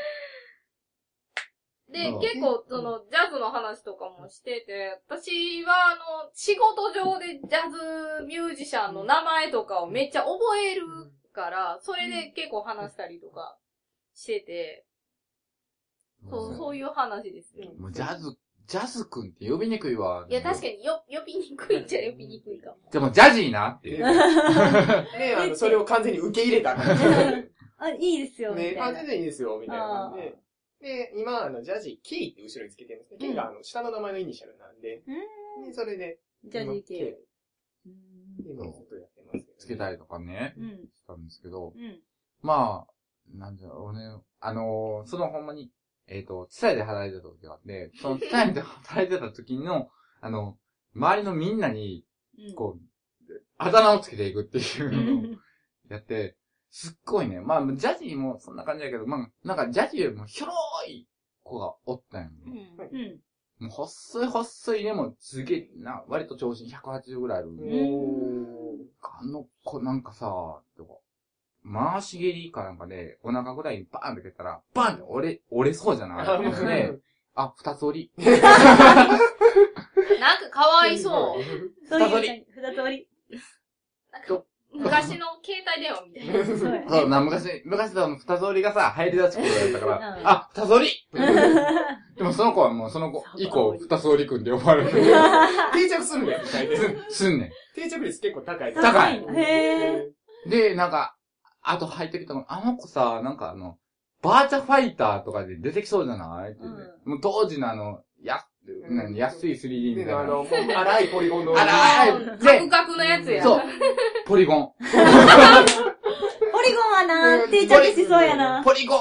[SPEAKER 4] で、
[SPEAKER 2] うん
[SPEAKER 4] 結構、その、ジャズの話とかもしてて、私は、あの、仕事上でジャズミュージシャンの名前とかをめっちゃ覚えるから、それで結構話したりとかしてて、そう、そういう話ですね。
[SPEAKER 2] もうジャズ、ジャズくんって呼びにくいわ。
[SPEAKER 4] いや、確かに、よ、呼びにくいっちゃ呼びにくいかも。
[SPEAKER 2] でもジャジーなって
[SPEAKER 1] で
[SPEAKER 3] <laughs>
[SPEAKER 2] いう。
[SPEAKER 1] で、あの、それを完全に受け入れた感じ。
[SPEAKER 3] あ、いいですよ、みた
[SPEAKER 1] ね
[SPEAKER 3] い、な。
[SPEAKER 1] 完全でいいですよ、みたいな感じで。で、今、あの、ジャジー、キーって後ろにつけてるんですけど、キーがあの、下の名前のイニシャルなんで、でそれで、
[SPEAKER 3] ジャジー系。う
[SPEAKER 1] 今ずっとやってますけど。
[SPEAKER 2] つけたりとかね、
[SPEAKER 3] ん。うん。
[SPEAKER 2] したんですけど、
[SPEAKER 3] うん。
[SPEAKER 2] まあ、なんだろうね。あのーそのほんまに、えっ、と、伝えで働いてた時があって、その伝えで働いてた時の、あの、周りのみんなに、
[SPEAKER 3] うん。
[SPEAKER 2] こう、あだ名をつけていくっていううのを
[SPEAKER 3] ん。
[SPEAKER 2] やって、すっごいね。まあ、ジャジーもそんな感じだけど、まあ、なんかジャジーよりも広い子がおったんよね。
[SPEAKER 4] うん。
[SPEAKER 3] うん。
[SPEAKER 2] もう細い細いでも、すげえ、な、割と長身180ぐらいある。
[SPEAKER 1] おー。
[SPEAKER 2] あの子なんかさ、とか、回し蹴りかなんかで、お腹ぐらいにバーンって蹴ったら、バーンって折れ、折れそうじゃないっていうので、あ、二つ折り。
[SPEAKER 4] <laughs> なんかかわ
[SPEAKER 1] <laughs>
[SPEAKER 4] いそう。
[SPEAKER 1] う。
[SPEAKER 3] そういう感じ。二つ折
[SPEAKER 4] なんか昔の携帯電話みたいな。
[SPEAKER 3] り。そうやね。
[SPEAKER 2] そうな、
[SPEAKER 3] <laughs>
[SPEAKER 2] 昔、昔の二つ折りがさ、入り出し頃やったから、
[SPEAKER 3] うん
[SPEAKER 2] あ、二つ折
[SPEAKER 3] <laughs>
[SPEAKER 2] りでもその子はもうその子以降、二つ折りくんで呼ばれ
[SPEAKER 3] <laughs>
[SPEAKER 2] る。
[SPEAKER 1] 定着するんだよ、みたいです。
[SPEAKER 2] すんね
[SPEAKER 1] <laughs> 定着率結構高い。
[SPEAKER 2] 高
[SPEAKER 3] いへ
[SPEAKER 2] ん。で、なんか、あと入ってきたの、あの子さ、なんかあの、バーチャファイターとかで出てきそうじゃないって言って、もう当時のあの、や、何安い 3D みたい
[SPEAKER 1] で、
[SPEAKER 2] な。
[SPEAKER 1] あの、もう荒いポリゴンの。
[SPEAKER 2] 荒い
[SPEAKER 4] カクカクのやつや。
[SPEAKER 2] そう。ポリゴン。
[SPEAKER 4] <laughs>
[SPEAKER 3] ポリゴンはな、定着しそうやな。
[SPEAKER 2] ポリゴン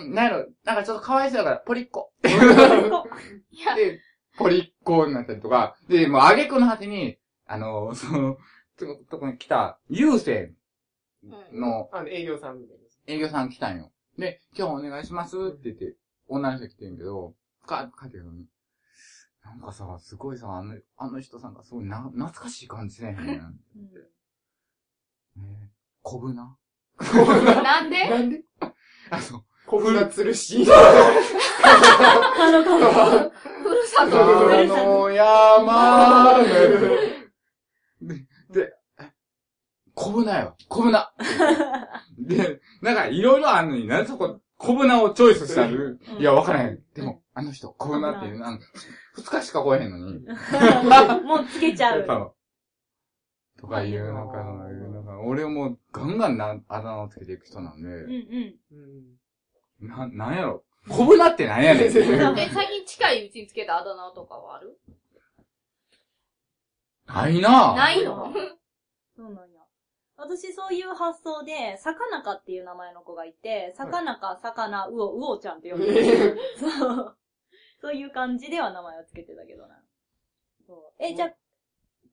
[SPEAKER 2] うんなんやろ、なんかちょっとかわいそうだから、ポリッコ。で、ポリッコになったりとか、で、もう挙句の果てに、あの、その、とことこに来た、優先の
[SPEAKER 1] あの、営業さんみたいです。
[SPEAKER 2] 営業さん来たんよ。で、今日お願いしますって言って、女の人来てんけど、かーって書いてるのに。なんかさ、すごいさ、あの、あの人さんがすごいな、懐かしい感じせえへん。ね <laughs> え、コブナ <laughs>
[SPEAKER 4] なんで
[SPEAKER 1] なんで
[SPEAKER 2] あの、
[SPEAKER 1] こぶがつるし。
[SPEAKER 3] あの子も。
[SPEAKER 4] ふるさと
[SPEAKER 1] う
[SPEAKER 2] <laughs> あの山で、で、えコブナよ、コブ <laughs> ナ。で、なんかいろいろあんのに、なんでそこ、コブナをチョイスしたのいや、わからへん。でも、あの人、コブナっていう、あの、二日しか来えへんのに。
[SPEAKER 3] <laughs> もうつけちゃう。
[SPEAKER 2] そうとかいう、なんか、なんか俺もうガンガンな、あだ名をつけていく人なん
[SPEAKER 3] うん
[SPEAKER 2] で、
[SPEAKER 3] うん。
[SPEAKER 1] うん
[SPEAKER 2] な、なんやろ。コブナってなんやねんっていう。
[SPEAKER 4] え、最近近いうちにつけたあだ名とかはある
[SPEAKER 2] ないなぁ。
[SPEAKER 4] ないの
[SPEAKER 3] そうなんや。私そういう発想で、さかなかっていう名前の子がいて、さかなか、さかな、うお、うおちゃんって呼ん
[SPEAKER 1] <laughs>
[SPEAKER 3] でる。そう。そういう感じでは名前をつけてたけどな。そう。え、じゃ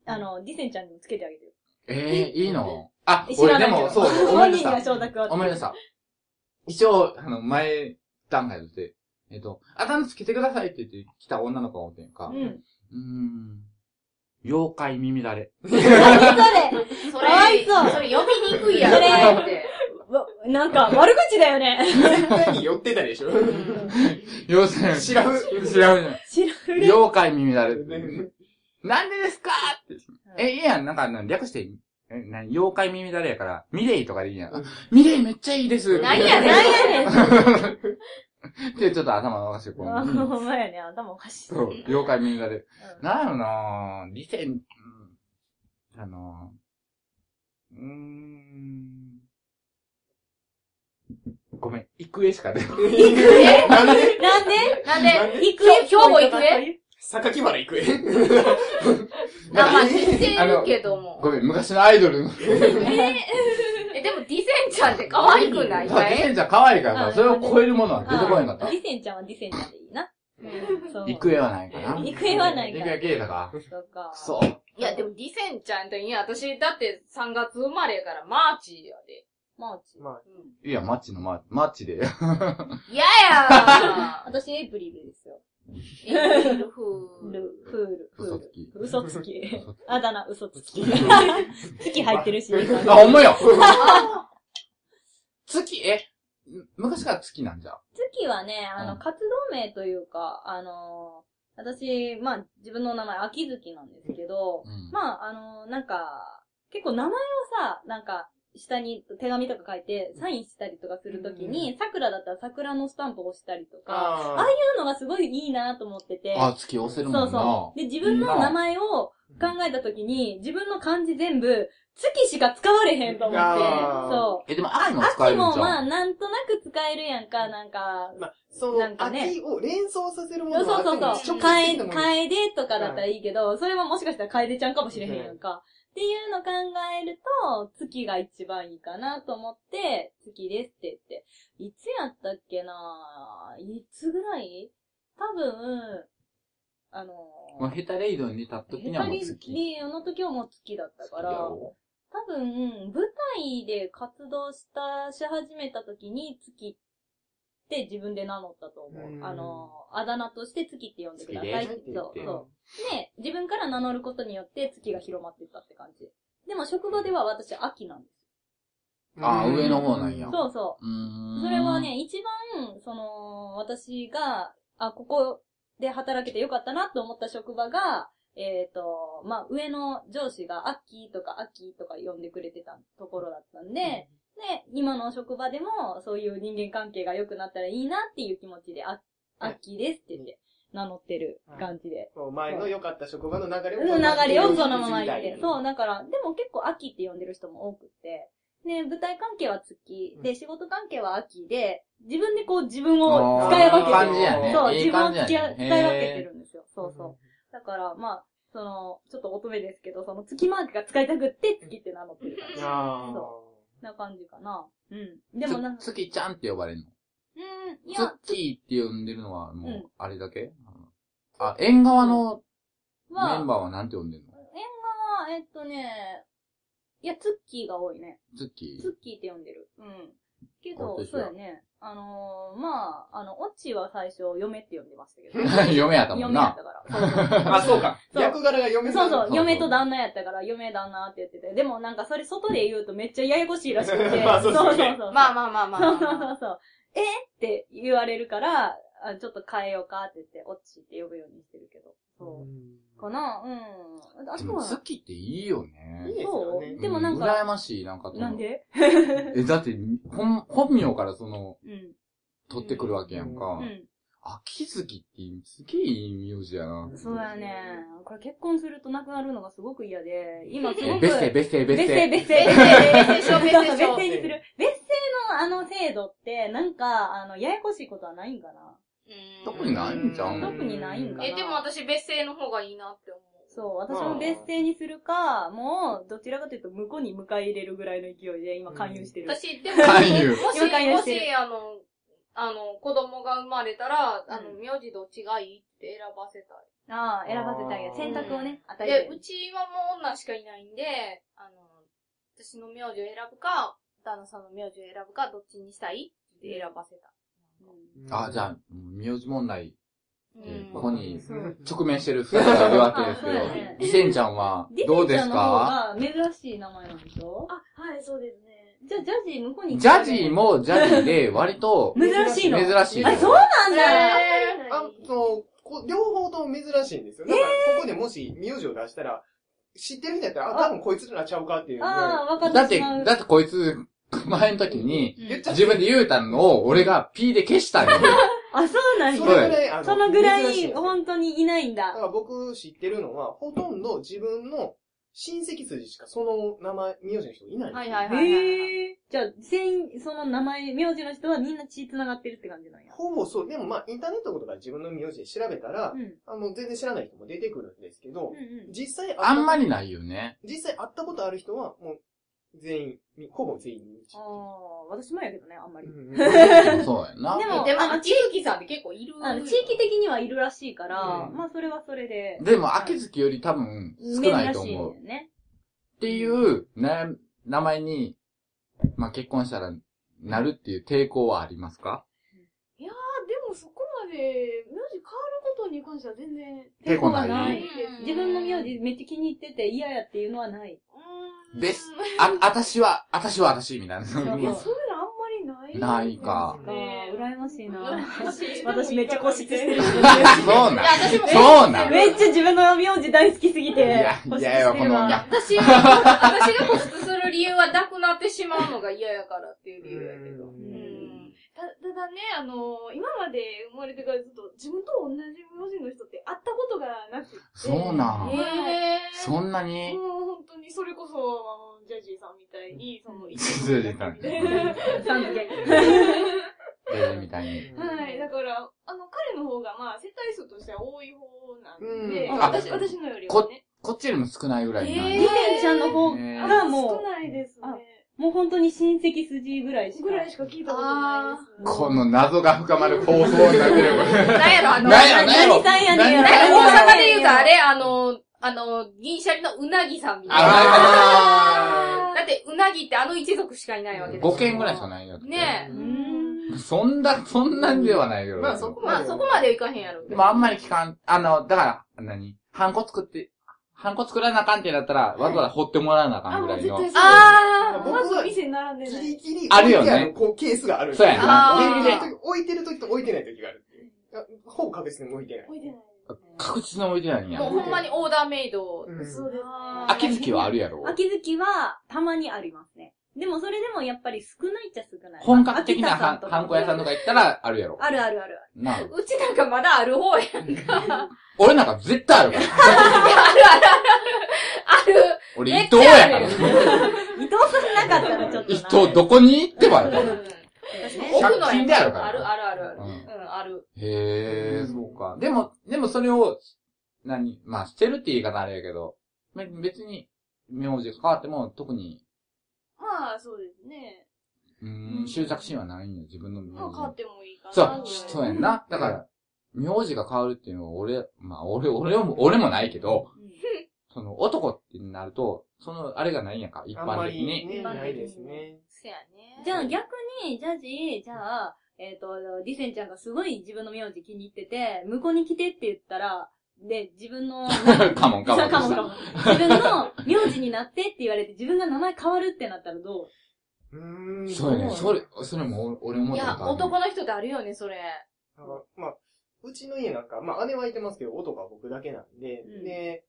[SPEAKER 3] あ、あの、ディセンちゃんにもつけてあげてよ。
[SPEAKER 2] ええいいのあ
[SPEAKER 3] え、知
[SPEAKER 2] 俺
[SPEAKER 3] らな
[SPEAKER 2] で
[SPEAKER 3] いけど
[SPEAKER 2] も、そう、思い
[SPEAKER 3] 本
[SPEAKER 2] 出し
[SPEAKER 3] 人
[SPEAKER 2] た
[SPEAKER 3] が。承諾は。
[SPEAKER 2] 思い出した。一応、あの、前段階で、えっと、あだ名つけてくださいって言って来た女の子がおってんか
[SPEAKER 3] う。ん。
[SPEAKER 2] うーん。妖怪耳だれ。
[SPEAKER 3] 何それ
[SPEAKER 4] そ
[SPEAKER 3] かわい
[SPEAKER 4] れ、
[SPEAKER 3] そう
[SPEAKER 4] それ呼びにくいや
[SPEAKER 3] それ
[SPEAKER 4] ろ、って。
[SPEAKER 3] わなんか、悪口だよね。
[SPEAKER 1] <laughs> 絶対に寄ってたでしょ。
[SPEAKER 2] 要するに、
[SPEAKER 1] 知らん。
[SPEAKER 2] 知らんじゃない。
[SPEAKER 3] 知らん。
[SPEAKER 2] 妖怪耳だれ。なんでですかって。え、いいやん、なんか、なん略して、え何妖怪耳だれやから、ミレイとかでいいやん。あミレイめっちゃいいです。
[SPEAKER 4] なんやねん。
[SPEAKER 3] なんやねん。
[SPEAKER 2] <laughs> で、ちょっと頭おかしい子
[SPEAKER 3] あ、
[SPEAKER 2] に。
[SPEAKER 3] <laughs> ほんまやね。頭おかしい。
[SPEAKER 2] そう、妖怪耳だれ。
[SPEAKER 3] うん
[SPEAKER 2] なんやろなぁ、理性、うんあのー、うーん。ごめん、育英しか出ない。
[SPEAKER 1] なんで
[SPEAKER 3] なんで
[SPEAKER 4] なんで、
[SPEAKER 3] 行くえ
[SPEAKER 4] 兵庫行くえ
[SPEAKER 1] 榊原行くえ
[SPEAKER 4] あ、まあ、似てるけども。
[SPEAKER 2] ごめん、昔のアイドルの。
[SPEAKER 4] え、でも、ディセンちゃんって可愛
[SPEAKER 2] <laughs>
[SPEAKER 4] くないか
[SPEAKER 2] デ
[SPEAKER 4] い
[SPEAKER 2] センちゃん可愛いから
[SPEAKER 3] うん
[SPEAKER 2] さ、それを超えるものは出てこへんかっ
[SPEAKER 3] あ
[SPEAKER 2] た
[SPEAKER 3] デ。ィセンちゃんはディセンちゃんでいいな。そう。
[SPEAKER 2] 育英はないかな。
[SPEAKER 3] 行方はない
[SPEAKER 2] 育英
[SPEAKER 3] から。
[SPEAKER 2] は綺麗だか。
[SPEAKER 3] そうか
[SPEAKER 2] く。そ。
[SPEAKER 4] いや、でも、ディセンちゃんっていいや、私、だって3月生まれやから、マーチやで。
[SPEAKER 3] マーチ。
[SPEAKER 1] まあ、
[SPEAKER 2] いや、マッチのマッチ、マッチで。
[SPEAKER 4] 嫌 <laughs> や
[SPEAKER 3] 私、エイプリルですよ。
[SPEAKER 4] ーエイプリルフール。
[SPEAKER 3] ル、フール、フー
[SPEAKER 2] 嘘
[SPEAKER 3] ル
[SPEAKER 2] つ。き。
[SPEAKER 3] 嘘つき
[SPEAKER 2] 嘘つき。
[SPEAKER 3] あだ名、嘘つき。
[SPEAKER 1] <laughs>
[SPEAKER 3] 月入ってるし。
[SPEAKER 2] あ、ほんまや月、え、昔から月なんじゃ。
[SPEAKER 3] 月はね、あの、
[SPEAKER 2] うん
[SPEAKER 3] 活動名というか、あのー私、まあ、自分の名前、秋月なんですけど、
[SPEAKER 2] うん
[SPEAKER 3] まあ、あのーなんか、結構名前をさ、なんか、下に手紙とか書いて、サインしたりとかするときに、桜だったら桜のスタンプを押したりとか、
[SPEAKER 1] あ
[SPEAKER 3] ああいうのがすごいいいなと思ってて、
[SPEAKER 2] あ、月押せるもんな。
[SPEAKER 3] そう。で、自分の名前を考えたときに、自分の漢字全部、月しか使われへんと思って、
[SPEAKER 1] あー
[SPEAKER 3] そう。
[SPEAKER 2] え、でも、秋も使え
[SPEAKER 3] 秋
[SPEAKER 2] るんじゃん。
[SPEAKER 3] もまあ、なんとなく使えるやんか、なんか、
[SPEAKER 1] まあ、そ
[SPEAKER 3] な
[SPEAKER 1] の
[SPEAKER 3] ん、かね
[SPEAKER 1] 秋を連想させるもの
[SPEAKER 3] そうそうそうそ
[SPEAKER 1] あ
[SPEAKER 3] う。か
[SPEAKER 1] って
[SPEAKER 3] え、
[SPEAKER 1] も直接的なもの
[SPEAKER 3] かえでとかだったらいいけど、それはもしかしたらかえでちゃんかもしれへんやんか。っていうの考えると、月が一番いいかなと思って、月ですって言って。いつやったっけないつぐらい多分、あの
[SPEAKER 2] もうヘタレイドに出た時
[SPEAKER 3] ヘ
[SPEAKER 2] に
[SPEAKER 3] タ
[SPEAKER 2] はもう
[SPEAKER 3] リ
[SPEAKER 2] 月。
[SPEAKER 3] リオの時はもう月だったから、
[SPEAKER 2] 月や
[SPEAKER 3] 多
[SPEAKER 2] ろ
[SPEAKER 3] 分、舞台で活動した、し始めた時に月って自分で名乗ったと思
[SPEAKER 1] う
[SPEAKER 3] う。
[SPEAKER 1] ん
[SPEAKER 3] あの、あだ名として月って呼んでくださ
[SPEAKER 2] 月
[SPEAKER 3] い。
[SPEAKER 2] ですって言
[SPEAKER 3] そ
[SPEAKER 2] っ
[SPEAKER 3] う、
[SPEAKER 2] て
[SPEAKER 3] そう。で、自分から名乗ることによって月が広まっていったって感じ。でも職場では私秋なんです。
[SPEAKER 2] あー上の方なんや
[SPEAKER 1] う
[SPEAKER 3] そうそう
[SPEAKER 2] ー
[SPEAKER 3] う。
[SPEAKER 2] ん
[SPEAKER 3] それは、ね、一番、その、私が、あ、ここで働けてよかったなと思った職場が、えっ、と、まあ、上の上司が秋とか秋とか呼んでくれてたところだったんで、で、今の職場でもそういう人間関係が良くなったらいいなっていう気持ちで、あ、秋ですって言って名乗ってる感じで。
[SPEAKER 1] こう前の良かった職場の流れを。
[SPEAKER 3] うん、流れをそのまま
[SPEAKER 1] 行
[SPEAKER 3] 行って。そう、だから、でも結構秋って呼んでる人も多くて、ね、舞台関係は月、で、仕事関係は秋で、自分でこう自分を使い分
[SPEAKER 2] あーいい
[SPEAKER 3] け
[SPEAKER 2] 感
[SPEAKER 3] て
[SPEAKER 2] じやね。
[SPEAKER 3] る。そう、
[SPEAKER 2] い
[SPEAKER 3] 自
[SPEAKER 2] い
[SPEAKER 3] 分を
[SPEAKER 2] 感じ
[SPEAKER 3] 付
[SPEAKER 2] や
[SPEAKER 3] き合
[SPEAKER 2] ね
[SPEAKER 3] い使い分けて
[SPEAKER 2] へ
[SPEAKER 3] るんですよ。そうそう。だから、まあ、その、ちょっと乙女ですけど、その月マークが使いたくって、月って名乗ってる感
[SPEAKER 1] う
[SPEAKER 3] じ。
[SPEAKER 1] ん。あ
[SPEAKER 3] な感じかな。うん。
[SPEAKER 2] ー
[SPEAKER 3] でもなんか、
[SPEAKER 2] つ月ちゃんって呼ばれるの。
[SPEAKER 3] うん、いや、
[SPEAKER 2] ツッキーって呼んでるのは、も
[SPEAKER 3] うん
[SPEAKER 2] う、あれだけ、あ、縁側のメン
[SPEAKER 3] まあ、縁
[SPEAKER 2] バーはなんて呼んでるの
[SPEAKER 3] 側は、えっとね、いや、ツッキーが多いね。
[SPEAKER 2] ツッキ
[SPEAKER 3] ツッキーって呼んでる。うん。け
[SPEAKER 2] あ
[SPEAKER 3] ど、
[SPEAKER 2] 私
[SPEAKER 3] そ
[SPEAKER 2] は
[SPEAKER 3] うやね。あのー、まあ、あの、オチは最初、嫁って呼んでましたけど。
[SPEAKER 2] ー <laughs> 嫁やったもん
[SPEAKER 3] 嫁やっ
[SPEAKER 2] な。
[SPEAKER 3] たから。そ
[SPEAKER 1] <laughs> あ、そ
[SPEAKER 3] うそう。
[SPEAKER 1] うか。
[SPEAKER 3] そう
[SPEAKER 1] 役柄が嫁。
[SPEAKER 3] そう
[SPEAKER 2] そう
[SPEAKER 3] そう
[SPEAKER 2] そう
[SPEAKER 3] 嫁と旦那やったから、嫁旦那って言ってて。でもなんかそれ外で言うとめっちゃややこしいらしくて
[SPEAKER 1] まあそうですよね
[SPEAKER 3] そうそう。
[SPEAKER 4] まあ
[SPEAKER 3] ま
[SPEAKER 4] まあまあま
[SPEAKER 3] そ
[SPEAKER 4] あ
[SPEAKER 3] う
[SPEAKER 4] ま
[SPEAKER 3] そ
[SPEAKER 4] あ
[SPEAKER 3] う
[SPEAKER 4] ま
[SPEAKER 3] そ <laughs>
[SPEAKER 4] あ。
[SPEAKER 3] うそう。えって言われるから、あちょっと変えようかって言って、オチって呼ぶようにしてるけど。そうう。かなうん。あ
[SPEAKER 2] で
[SPEAKER 3] と
[SPEAKER 2] も、
[SPEAKER 3] は、
[SPEAKER 2] ツ
[SPEAKER 3] そ
[SPEAKER 2] ッキーっていいよね。
[SPEAKER 1] いいですよね
[SPEAKER 3] うでもなん
[SPEAKER 2] う羨
[SPEAKER 3] か、
[SPEAKER 2] ましい、なんか。
[SPEAKER 3] なんで
[SPEAKER 2] え、だって、本、本名からその、
[SPEAKER 3] うん。
[SPEAKER 2] 取ってくるわけやん
[SPEAKER 1] う
[SPEAKER 2] か
[SPEAKER 3] う。ん。
[SPEAKER 2] 秋月って、すげえいい名字やな。
[SPEAKER 3] そうやね。これ結婚するとなくなるのがすごく嫌で、今すご
[SPEAKER 2] え、
[SPEAKER 3] く。
[SPEAKER 2] 別姓、別姓、
[SPEAKER 3] 別
[SPEAKER 2] 別
[SPEAKER 3] 姓、
[SPEAKER 2] 姓。
[SPEAKER 3] 別姓、別
[SPEAKER 4] 別姓
[SPEAKER 3] 姓、
[SPEAKER 4] 別姓
[SPEAKER 3] 別姓にする。別姓のあの制度って、なんか、あの、ややこしいことはないんかな。
[SPEAKER 4] うん
[SPEAKER 2] 特にないんじゃん
[SPEAKER 3] 特にないんかな
[SPEAKER 4] え、でも私別姓の方がいいなって思う。
[SPEAKER 3] そう、私も別姓にするか、もう、どちらかというと、向こうに迎え入れるぐらいの勢いで、今、勧誘してる。
[SPEAKER 4] 私、でも、
[SPEAKER 2] 勧
[SPEAKER 4] も
[SPEAKER 2] 誘。
[SPEAKER 4] し、
[SPEAKER 3] 了解で
[SPEAKER 4] も
[SPEAKER 3] す
[SPEAKER 4] し、あの、あの、子供が生まれたら、あの、
[SPEAKER 3] うん
[SPEAKER 4] 名字どっちがいいって選ばせたい。
[SPEAKER 3] ああ、選ばせてあげる。選択をね、与えて
[SPEAKER 4] で、う。ちはもう女しかいないんで、あの、私の名字を選ぶか、旦那さんの名字を選ぶか、どっちにしたいって選ばせた。
[SPEAKER 1] ん
[SPEAKER 2] あ、じゃあ、名字問題、
[SPEAKER 4] うん
[SPEAKER 2] ここに
[SPEAKER 1] そう
[SPEAKER 2] 直面してる二人がいるわけです
[SPEAKER 3] あそうやね
[SPEAKER 2] けど、リセンちゃんは、どうですか
[SPEAKER 3] ディズニーちゃんの方が珍しい名前なんでしょ
[SPEAKER 5] あ、はい、そうですね。
[SPEAKER 3] じゃあ、ジャジー向こうに
[SPEAKER 2] ジャジー。もジャジーで、割と、
[SPEAKER 3] 珍しいの。
[SPEAKER 2] 珍しいよ
[SPEAKER 3] あ、そうなんだ。
[SPEAKER 4] え
[SPEAKER 5] わか
[SPEAKER 1] あ
[SPEAKER 5] んない
[SPEAKER 1] そうこ両方とも珍しいんですよ。だから、ここでもし、名字を出したら、知ってる人やったら、あ、多分こいつらちゃうかっていうぐ
[SPEAKER 3] あ
[SPEAKER 1] ら
[SPEAKER 3] あ、分かって
[SPEAKER 2] だって
[SPEAKER 3] しまう。、
[SPEAKER 2] だってこいつ、前の時に、
[SPEAKER 1] い。言っちゃって
[SPEAKER 2] 自分で言うたのを、俺が P で消したんよ。
[SPEAKER 3] あ、そうなん
[SPEAKER 1] そ
[SPEAKER 2] す
[SPEAKER 1] れぐ
[SPEAKER 2] ご
[SPEAKER 3] や。
[SPEAKER 1] ら
[SPEAKER 2] い
[SPEAKER 1] い、あの
[SPEAKER 3] そのぐら
[SPEAKER 1] 珍しん
[SPEAKER 3] い、
[SPEAKER 1] ですよ
[SPEAKER 3] 本当にいないん
[SPEAKER 1] だか
[SPEAKER 3] だ。
[SPEAKER 1] ら僕知ってるのは、ほとんど自分の親戚筋しかその名前、名字の人いないんですよ。
[SPEAKER 4] はいはいはい
[SPEAKER 3] へえ。じゃあ、全員、その名前、名字の人はみんな血繋がってるって感じなんや。
[SPEAKER 1] ほぼそう。でもまあ、インターネットとかで自分の名字で調べたら
[SPEAKER 3] う、ん。
[SPEAKER 1] あもう全然知らない人も出てくるんですけど
[SPEAKER 3] うん、うん。
[SPEAKER 1] 実際会った
[SPEAKER 2] あんまりないよね。
[SPEAKER 1] 実際会ったことある人は、もう、全員、ほぼ全員身内
[SPEAKER 3] ああ、私もやけどね、あんまり。
[SPEAKER 1] うん
[SPEAKER 2] そうやんな
[SPEAKER 3] で。も
[SPEAKER 4] ーでも、あの、地域さんって結構いる。
[SPEAKER 3] あの、地域的にはいるらしいから、
[SPEAKER 1] うん
[SPEAKER 3] まあ、それはそれで。
[SPEAKER 2] でも、秋月より多分、少ないと
[SPEAKER 3] 珍しい
[SPEAKER 2] 思
[SPEAKER 3] よ
[SPEAKER 2] う。
[SPEAKER 3] ね。
[SPEAKER 2] っていう、な、名前に、まあ、結婚したら、なるっていう抵抗はありますか
[SPEAKER 5] あ、でもそこまで、名字変わることに関しては全然。
[SPEAKER 2] 抵抗ない
[SPEAKER 3] 抵抗がない
[SPEAKER 5] です
[SPEAKER 3] 自分の名字めっちゃ気に入ってて嫌やっていうのはない。
[SPEAKER 5] うーん
[SPEAKER 2] ですあ、あたしは、あたしはあたし、みたいな。
[SPEAKER 3] そう
[SPEAKER 5] いや、そういうのあんまりないない
[SPEAKER 2] ないか
[SPEAKER 3] なんか
[SPEAKER 5] ね
[SPEAKER 3] 羨ましいな
[SPEAKER 5] 私
[SPEAKER 3] 私めっちゃ固執して
[SPEAKER 5] <laughs>
[SPEAKER 3] る人
[SPEAKER 2] そうなん
[SPEAKER 4] いや私も
[SPEAKER 2] そうなん
[SPEAKER 3] めっちゃ自分の名字大好きすぎ
[SPEAKER 2] い
[SPEAKER 3] て
[SPEAKER 2] や、。
[SPEAKER 3] 固
[SPEAKER 2] い
[SPEAKER 3] 執
[SPEAKER 2] やいや、
[SPEAKER 3] し
[SPEAKER 2] こ
[SPEAKER 3] てる
[SPEAKER 2] の
[SPEAKER 3] わ
[SPEAKER 2] 女。
[SPEAKER 4] 私が、私が固執する理由はなくなってしまうのが嫌やからっていう理由やけど。
[SPEAKER 1] う
[SPEAKER 4] うんん。
[SPEAKER 5] たただね、あの今まで生まれてからずっと自分と同じ名字の人って会ったことがなくて。
[SPEAKER 2] そうなん
[SPEAKER 5] え
[SPEAKER 4] へぇー。
[SPEAKER 2] そんなに
[SPEAKER 5] もう本当にそれこそ、あの、ジャージーさんみたいに、その、ジ
[SPEAKER 2] ジャージーさん
[SPEAKER 3] さん付け
[SPEAKER 2] レールみたいに。
[SPEAKER 5] はい。だから、あの、彼の方が、まあ、世帯数としては多い方なんで、
[SPEAKER 1] うん
[SPEAKER 2] あ
[SPEAKER 5] 私私のより
[SPEAKER 2] こ
[SPEAKER 5] はね。
[SPEAKER 2] こっちよりも少ないぐらいなんだ
[SPEAKER 4] え
[SPEAKER 3] りえんちゃんの方
[SPEAKER 2] ね
[SPEAKER 3] がも
[SPEAKER 5] 少ないです
[SPEAKER 3] あ
[SPEAKER 5] ね。
[SPEAKER 3] う、もう本当に親戚筋ぐらいしか。
[SPEAKER 5] ぐらいしか聞いたことないです。
[SPEAKER 2] この謎が深まる放送になってるよ、これ。
[SPEAKER 4] なんやろ、あの、
[SPEAKER 2] なんやろ
[SPEAKER 4] なんや
[SPEAKER 3] 何
[SPEAKER 4] ろ、
[SPEAKER 3] さんやねんや
[SPEAKER 2] 何やろ
[SPEAKER 4] 大阪で言うとあれ、あの、あの、銀シャリのうなぎさんみたい
[SPEAKER 2] あ
[SPEAKER 4] な。だって、うなぎってあの一族しかいないわけでしょ
[SPEAKER 2] 5件ぐらいしかないよ。
[SPEAKER 4] ね
[SPEAKER 3] う
[SPEAKER 4] え。
[SPEAKER 3] ん。
[SPEAKER 2] え。そんな、そんなんではないよ。
[SPEAKER 1] まあそこ
[SPEAKER 4] まあ、そこまではいかへんやろうけ
[SPEAKER 2] で
[SPEAKER 4] ど。
[SPEAKER 2] もあんまり聞かん、あの、だから、何ハンコ作って、ハンコ作らなあかんってなったら、わざわざ掘ってもらわなあか
[SPEAKER 5] あ、
[SPEAKER 2] んぐ
[SPEAKER 5] も
[SPEAKER 2] ら
[SPEAKER 5] う
[SPEAKER 2] い
[SPEAKER 5] 絶
[SPEAKER 2] の。
[SPEAKER 5] 対そう。
[SPEAKER 4] あー
[SPEAKER 5] まず店並んで
[SPEAKER 1] ギ
[SPEAKER 5] ない。
[SPEAKER 1] リギリ、
[SPEAKER 2] ある
[SPEAKER 1] 置
[SPEAKER 2] よね
[SPEAKER 1] いてあるこう、ケースがある。
[SPEAKER 2] そうやな
[SPEAKER 1] 置いてる
[SPEAKER 4] あ
[SPEAKER 1] 時置いてる時と置いてない時があるっていう。いやほぼ確実に置いてない。
[SPEAKER 5] 置いてない。
[SPEAKER 2] 確実に置いてないん
[SPEAKER 4] ー
[SPEAKER 2] や
[SPEAKER 4] もう。ほんまにオーダーメイド。
[SPEAKER 1] うん
[SPEAKER 5] そうですね。
[SPEAKER 2] 秋月はあるやろ。
[SPEAKER 3] 秋月は、たまにありますね。でもそれでもやっぱり少ないっちゃ少ない。
[SPEAKER 2] 本格的な
[SPEAKER 3] 秋田さ
[SPEAKER 2] ハン
[SPEAKER 3] んとか
[SPEAKER 2] ハンコ屋さんとか行ったらあるやろ。
[SPEAKER 3] あるあるある。
[SPEAKER 2] なあ
[SPEAKER 4] うちなんかまだある方や。
[SPEAKER 2] 俺なんか絶対あるから。
[SPEAKER 4] ある。
[SPEAKER 2] 俺伊藤やから
[SPEAKER 4] め
[SPEAKER 3] 伊
[SPEAKER 4] っ。
[SPEAKER 3] 藤さんなかったらちょっと
[SPEAKER 2] 伊
[SPEAKER 3] な。
[SPEAKER 2] 藤どこに行ってもあるか
[SPEAKER 4] う
[SPEAKER 2] ら。
[SPEAKER 4] ん
[SPEAKER 2] 百均であるから
[SPEAKER 4] あるあるあるある。
[SPEAKER 2] う
[SPEAKER 4] うんん、ある。
[SPEAKER 2] へえ、そうか。でも、でもそれを、何、まあ、捨てるって言い方あれやけど、め別に、名字が変わっても特に、
[SPEAKER 5] まあ、そうですね。
[SPEAKER 2] うーん、執着心はないんよ、自分の名字に。
[SPEAKER 5] まあ、買ってもいいかな。
[SPEAKER 2] そう、そうやんな。だから、名字が変わるっていうのは俺、まあ、俺、俺も、俺もないけど、その、男ってなると、その、あれがないんやんか、一
[SPEAKER 1] あんま
[SPEAKER 2] 般的
[SPEAKER 1] り
[SPEAKER 2] に。
[SPEAKER 1] ね、ないですね。
[SPEAKER 4] そやね。
[SPEAKER 3] じゃあ逆に、ジャジ、じゃあ、えっ、と、ディセンちゃんがすごい自分の名字気に入ってて、向こうに来てって言ったら、で、自分の、
[SPEAKER 2] かもんかもん。
[SPEAKER 3] かもかも。自分の名字になってって言われて、自分が名前変わるってなったらど
[SPEAKER 1] う
[SPEAKER 3] う
[SPEAKER 1] ーん。
[SPEAKER 2] そうやね。それ、それも俺思
[SPEAKER 4] い
[SPEAKER 2] った
[SPEAKER 4] や、
[SPEAKER 2] ことある。
[SPEAKER 4] 男の人ってあるよね、それ。
[SPEAKER 1] なんかまあ、うちの家なんか、まあ姉はいてますけど、男は僕だけなんで、
[SPEAKER 3] うん
[SPEAKER 1] で、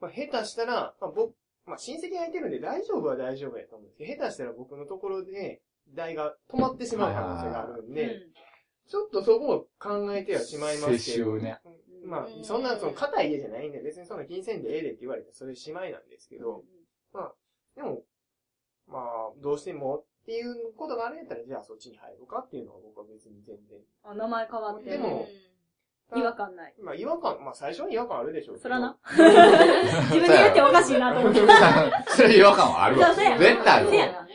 [SPEAKER 1] まあ下手したら、まあ僕、まあ親戚がいてるんで大丈夫は大丈夫やと思うんですけど、下手したら僕のところで、台が止まってしまう可能性があるんで、ちょっとそこを考えてはしまいますけど。
[SPEAKER 2] 世襲ね
[SPEAKER 1] うん。まあ
[SPEAKER 4] う、ん
[SPEAKER 1] そんな、その、硬い家じゃないんで、別にそんな金銭でええでって言われたらそれしまいなんですけど、でも、まあ、どうしてもっていうことがあるんやったら、じゃあそっちに入ろうかっていうのは僕は別に全然。
[SPEAKER 3] あ、名前変わって
[SPEAKER 1] でも、
[SPEAKER 3] 違和感ない。
[SPEAKER 1] まあ、違和感、まあ、最初は違和感あるでしょうけど。
[SPEAKER 3] そらな。
[SPEAKER 2] 自
[SPEAKER 3] 自分で言うっておかしいなと思って。
[SPEAKER 2] それ違和感はあるわ。
[SPEAKER 3] そうや
[SPEAKER 2] 絶
[SPEAKER 3] な
[SPEAKER 2] 対ある
[SPEAKER 3] せや
[SPEAKER 2] わ。
[SPEAKER 3] な。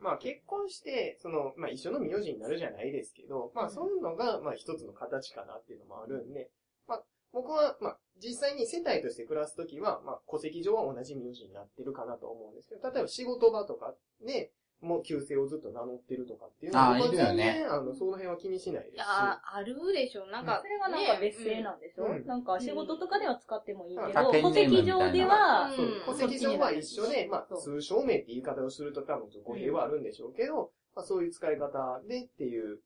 [SPEAKER 1] まあ、結婚して、その、まあ、一緒の名字になるじゃないですけど、まあ、そういうのが、まあ、一つの形かなっていうのもあるんで、まあ、僕は、まあ、実際に世帯として暮らすときは、まあ、戸籍上は同じ名字になってるかなと思うんですけど、例えば仕事場とかで、もう旧姓をずっと名乗ってるとかっていうの
[SPEAKER 2] あー
[SPEAKER 1] 僕はい
[SPEAKER 2] るよね
[SPEAKER 1] 全然あの、その辺は気にしないです
[SPEAKER 4] い
[SPEAKER 1] し。
[SPEAKER 4] や、あるでしょ。なんか、
[SPEAKER 3] それはなんか別姓
[SPEAKER 4] な。
[SPEAKER 3] なんでしょ、
[SPEAKER 1] うん
[SPEAKER 3] なんか仕事とかでは使ってもいいけ
[SPEAKER 2] う
[SPEAKER 3] ど、
[SPEAKER 2] ん
[SPEAKER 3] 戸籍上では、
[SPEAKER 1] そう
[SPEAKER 4] うん
[SPEAKER 1] 戸籍上は一緒で、ま
[SPEAKER 3] そ
[SPEAKER 1] あ、
[SPEAKER 3] う
[SPEAKER 1] 通称名って言い方をすると多分語弊はあるんでしょうけど、まあ、そういう使い方でっていう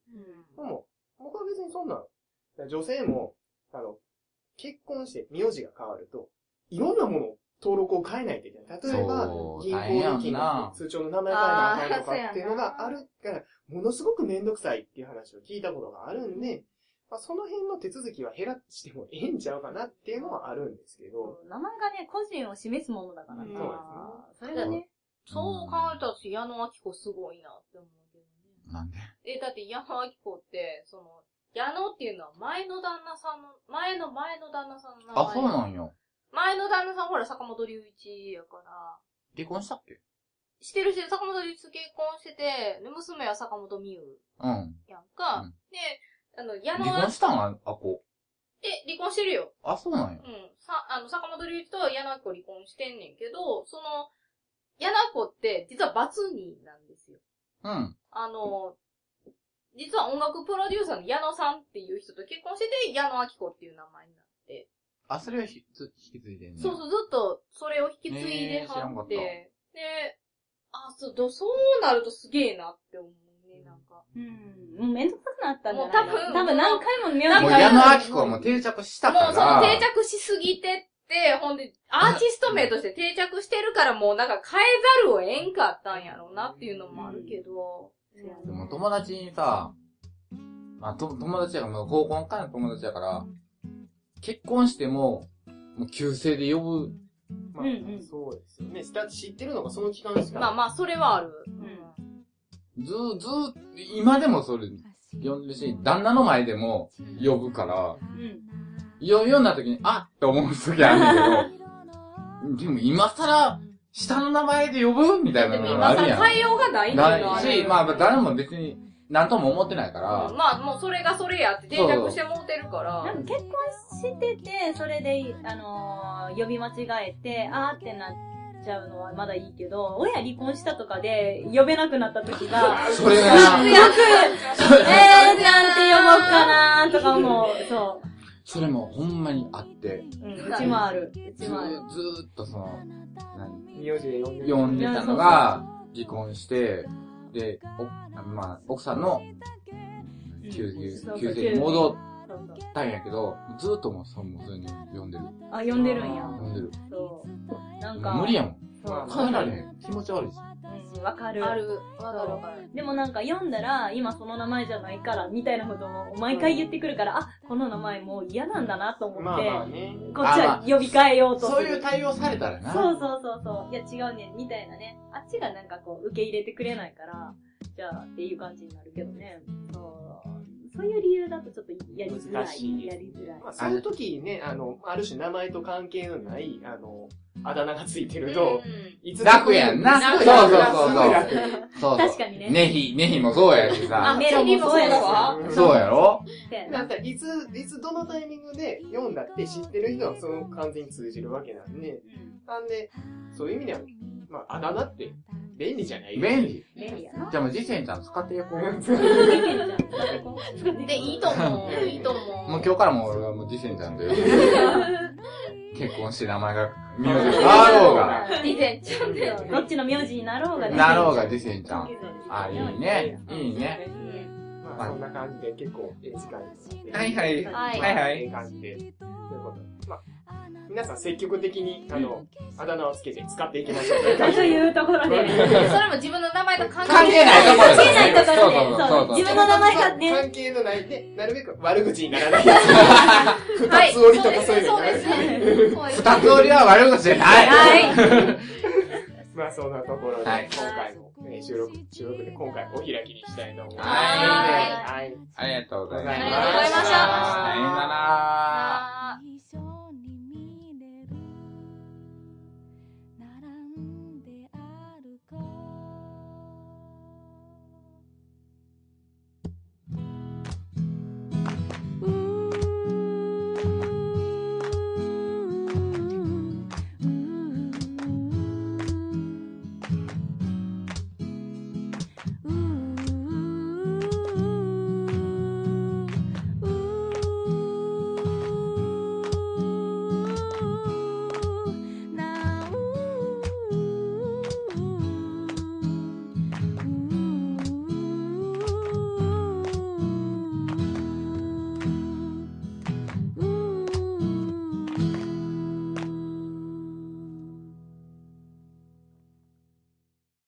[SPEAKER 4] うん
[SPEAKER 1] でも、僕は別にそんな、女性も、あの、結婚して名字が変わると、いろんなものを登録を変えないといけない。例えば、
[SPEAKER 2] そう、
[SPEAKER 1] 銀
[SPEAKER 2] 大変や
[SPEAKER 1] 行預
[SPEAKER 2] ん
[SPEAKER 1] 金の
[SPEAKER 2] な。
[SPEAKER 1] 通帳の名前変えなあかんとかっていうのがあるから、ものすごくめんどくさいっていう話を聞いたことがあるんで、まあ、その辺の手続きは減らしてもええんちゃうかなっていうのはあるんですけど、
[SPEAKER 3] 名前がね、個人を示すものだから
[SPEAKER 4] うん
[SPEAKER 3] な。それがね、
[SPEAKER 4] そう考えたら、矢野明子すごいなって思うけどね。
[SPEAKER 2] なんで
[SPEAKER 4] え、だって矢野明子って、その、矢野っていうのは前の旦那さんの、前の前の旦那さんの名前。
[SPEAKER 2] あ、そうなんよ。
[SPEAKER 4] 前の旦那さんほら坂本龍一やから、
[SPEAKER 2] 離婚したっけ
[SPEAKER 4] してるしてる坂本龍一と結婚してて、で、娘は坂本美優
[SPEAKER 2] うん。
[SPEAKER 4] やんか、
[SPEAKER 2] うん
[SPEAKER 4] で、あの、矢野
[SPEAKER 2] 離婚
[SPEAKER 4] は、
[SPEAKER 2] したんあ、あこ。
[SPEAKER 4] え、離婚してるよ。
[SPEAKER 2] あ、そうなんよ
[SPEAKER 4] う。ん。さ、あの、坂本龍一と矢野明子離婚してんねんけど、その、矢野明子って実はバツニーなんですよ。
[SPEAKER 2] うん。
[SPEAKER 4] あの、実は音楽プロデューサーの矢野さんっていう人と結婚してて、矢野明子っていう名前になって。
[SPEAKER 2] あ、それはひず引き継いでんね。
[SPEAKER 4] そうそう、ずっとそれを引き継い
[SPEAKER 2] へ
[SPEAKER 4] で
[SPEAKER 2] ー知らんか
[SPEAKER 4] は
[SPEAKER 2] っ
[SPEAKER 4] ったて、で、あ、そう、どそうなるとすげえなって思うね、なんか。
[SPEAKER 3] うん。もうめんどくさくなったんじゃない
[SPEAKER 4] もう多分
[SPEAKER 3] 多分何回もね、
[SPEAKER 2] もう
[SPEAKER 4] なんか
[SPEAKER 2] 矢野明子はもう定着したから。
[SPEAKER 4] もうその定着しすぎてって、ほんで、アーティスト名として定着してるからもうなんか変えざるをえんかったんやろうなっていうのもあるけど。
[SPEAKER 2] でも友達にさ、まあ、と友達やから、もう高校からの友達やから、結婚しても、もう旧姓で呼ぶ。
[SPEAKER 1] まあ、
[SPEAKER 3] うんうん
[SPEAKER 1] そうですよね。だって知ってるのがその期間しか
[SPEAKER 4] まあまあ、それはある。うん
[SPEAKER 2] ずー、ずー、今でもそれ呼んでるし、旦那の前でも呼ぶから、
[SPEAKER 3] うん。
[SPEAKER 2] 呼ぶようになった時に、あっって思う時あるんだ
[SPEAKER 4] <laughs>
[SPEAKER 2] けど、でも今更、下の名前で呼ぶみたいな
[SPEAKER 4] でも
[SPEAKER 2] のがあ
[SPEAKER 4] 今
[SPEAKER 2] る
[SPEAKER 4] さ
[SPEAKER 2] やん。
[SPEAKER 4] 対応がないっていうのは
[SPEAKER 2] な
[SPEAKER 4] あ
[SPEAKER 2] い
[SPEAKER 4] る
[SPEAKER 2] し、まあ誰も別に何とも思ってないから、
[SPEAKER 4] うんまあもうそれがそれやって定着してもうてるから。
[SPEAKER 3] なんか結婚してて、それで、あのー呼び間違えて、あーってなっちゃうのはまだいいけど、親離婚したとかで呼べなくなった時が、
[SPEAKER 2] それが
[SPEAKER 3] すごく、えー、なんて呼ぼうかなーとか思う。そ
[SPEAKER 2] それもほんまにあって、
[SPEAKER 3] う。うん、うちもある。う
[SPEAKER 2] ず
[SPEAKER 3] ちもある。
[SPEAKER 2] ーずーっとその、何
[SPEAKER 1] 名字で呼んでる。
[SPEAKER 2] 読んでたのが、離婚して、で、おまあ、奥さんの、
[SPEAKER 3] うん
[SPEAKER 2] 旧旧
[SPEAKER 3] そう
[SPEAKER 2] 旧
[SPEAKER 3] そう
[SPEAKER 2] 姓に戻
[SPEAKER 3] そうそう
[SPEAKER 2] ったんやけど、ずーっともう、そうもうそれに読んでる。
[SPEAKER 3] あ、呼んでるんや。
[SPEAKER 2] 読んでる。
[SPEAKER 3] そう。なんか、
[SPEAKER 2] もう無理やもん。
[SPEAKER 3] そう
[SPEAKER 1] まあ
[SPEAKER 2] 帰られへん。気持ち悪いし。
[SPEAKER 3] うん、わかる。
[SPEAKER 4] ある。わかるわかる。
[SPEAKER 3] でもなんか読んだら、今その名前じゃないから、みたいなことを毎回言ってくるから、あ、この名前もう嫌なんだなと思
[SPEAKER 1] ま
[SPEAKER 3] っ
[SPEAKER 1] あ
[SPEAKER 3] て、
[SPEAKER 1] まあね。
[SPEAKER 3] こっちは呼び替えようとする。
[SPEAKER 2] そういう対応されたらな。
[SPEAKER 3] そうそうそうそう。いや違うね、みたいなね。あっちがなんかこう、受け入れてくれないから、じゃあっていう感じになるけどね。そう。そういう理由だとちょっとやりづらい。
[SPEAKER 1] 難しい
[SPEAKER 3] やりづらい。
[SPEAKER 1] まあ、その時ね、あの、ある種名前と関係のない、あの、あだ名がついてると、
[SPEAKER 4] うん
[SPEAKER 1] い
[SPEAKER 2] 楽やんな。そう
[SPEAKER 1] 楽
[SPEAKER 2] そう
[SPEAKER 1] やん
[SPEAKER 2] そう
[SPEAKER 1] なすぐ楽
[SPEAKER 2] そう。そう
[SPEAKER 3] 確かにね
[SPEAKER 2] ねひ、ねひもそうやし
[SPEAKER 3] あ、
[SPEAKER 2] さ。
[SPEAKER 3] メロもそうやし
[SPEAKER 4] あ
[SPEAKER 1] メロも
[SPEAKER 2] そうやろ
[SPEAKER 3] そうやな
[SPEAKER 1] なんかいつ、いつどのタイミングで読んだって知ってる人はその完全に通じるわけなんで、
[SPEAKER 3] うん
[SPEAKER 1] なんで、そういう意味では、まあ、あだ名って便利じゃない
[SPEAKER 2] 便利。
[SPEAKER 3] 便利やな。
[SPEAKER 2] じゃあもう、じせんちゃん使っていこう。
[SPEAKER 4] で、いいと思う。いいと思う。
[SPEAKER 2] もう今日からもう俺はもうじせんちゃ <laughs> んで。結婚して名前が、名字が
[SPEAKER 3] <laughs>
[SPEAKER 2] 変わろうが。
[SPEAKER 4] 以前ちゃんで。
[SPEAKER 3] どっちの名字になろうが
[SPEAKER 2] なろう
[SPEAKER 3] が。
[SPEAKER 2] が、ディセンちゃん。あ、いいね。いいね。。
[SPEAKER 1] まあ、そんな感じで結構、ええ時間になって。
[SPEAKER 2] はいはい。
[SPEAKER 4] はい
[SPEAKER 1] まあ
[SPEAKER 2] はいはい
[SPEAKER 1] ええ感じで。ということで、まあ、皆さん積極的に、あの、あだ名をつけて使っていきましょう。
[SPEAKER 3] というところで。
[SPEAKER 2] <laughs>
[SPEAKER 4] それも自分の名前と関
[SPEAKER 2] 関係
[SPEAKER 4] 係
[SPEAKER 2] ないところ
[SPEAKER 3] 関係ないところで
[SPEAKER 2] そうそうそう
[SPEAKER 3] 自分の名前がね
[SPEAKER 1] 関係のないで、なるべく悪口にならないやつ。二つ折りとかそういうの
[SPEAKER 4] そう
[SPEAKER 1] にな
[SPEAKER 4] で
[SPEAKER 1] る
[SPEAKER 4] す。ね。そ
[SPEAKER 1] <laughs>
[SPEAKER 4] うですね
[SPEAKER 2] 二つ折りは悪口じゃない。
[SPEAKER 4] はい。
[SPEAKER 1] まあそんなところで、
[SPEAKER 2] はい
[SPEAKER 1] 今回も、えー収録、収録で今回お開きにしたいと思います。
[SPEAKER 2] はい
[SPEAKER 1] はい。
[SPEAKER 2] ありがとうござい
[SPEAKER 1] あ
[SPEAKER 2] ま
[SPEAKER 1] りが
[SPEAKER 2] す。
[SPEAKER 1] とうございました
[SPEAKER 2] さよなら。
[SPEAKER 4] あー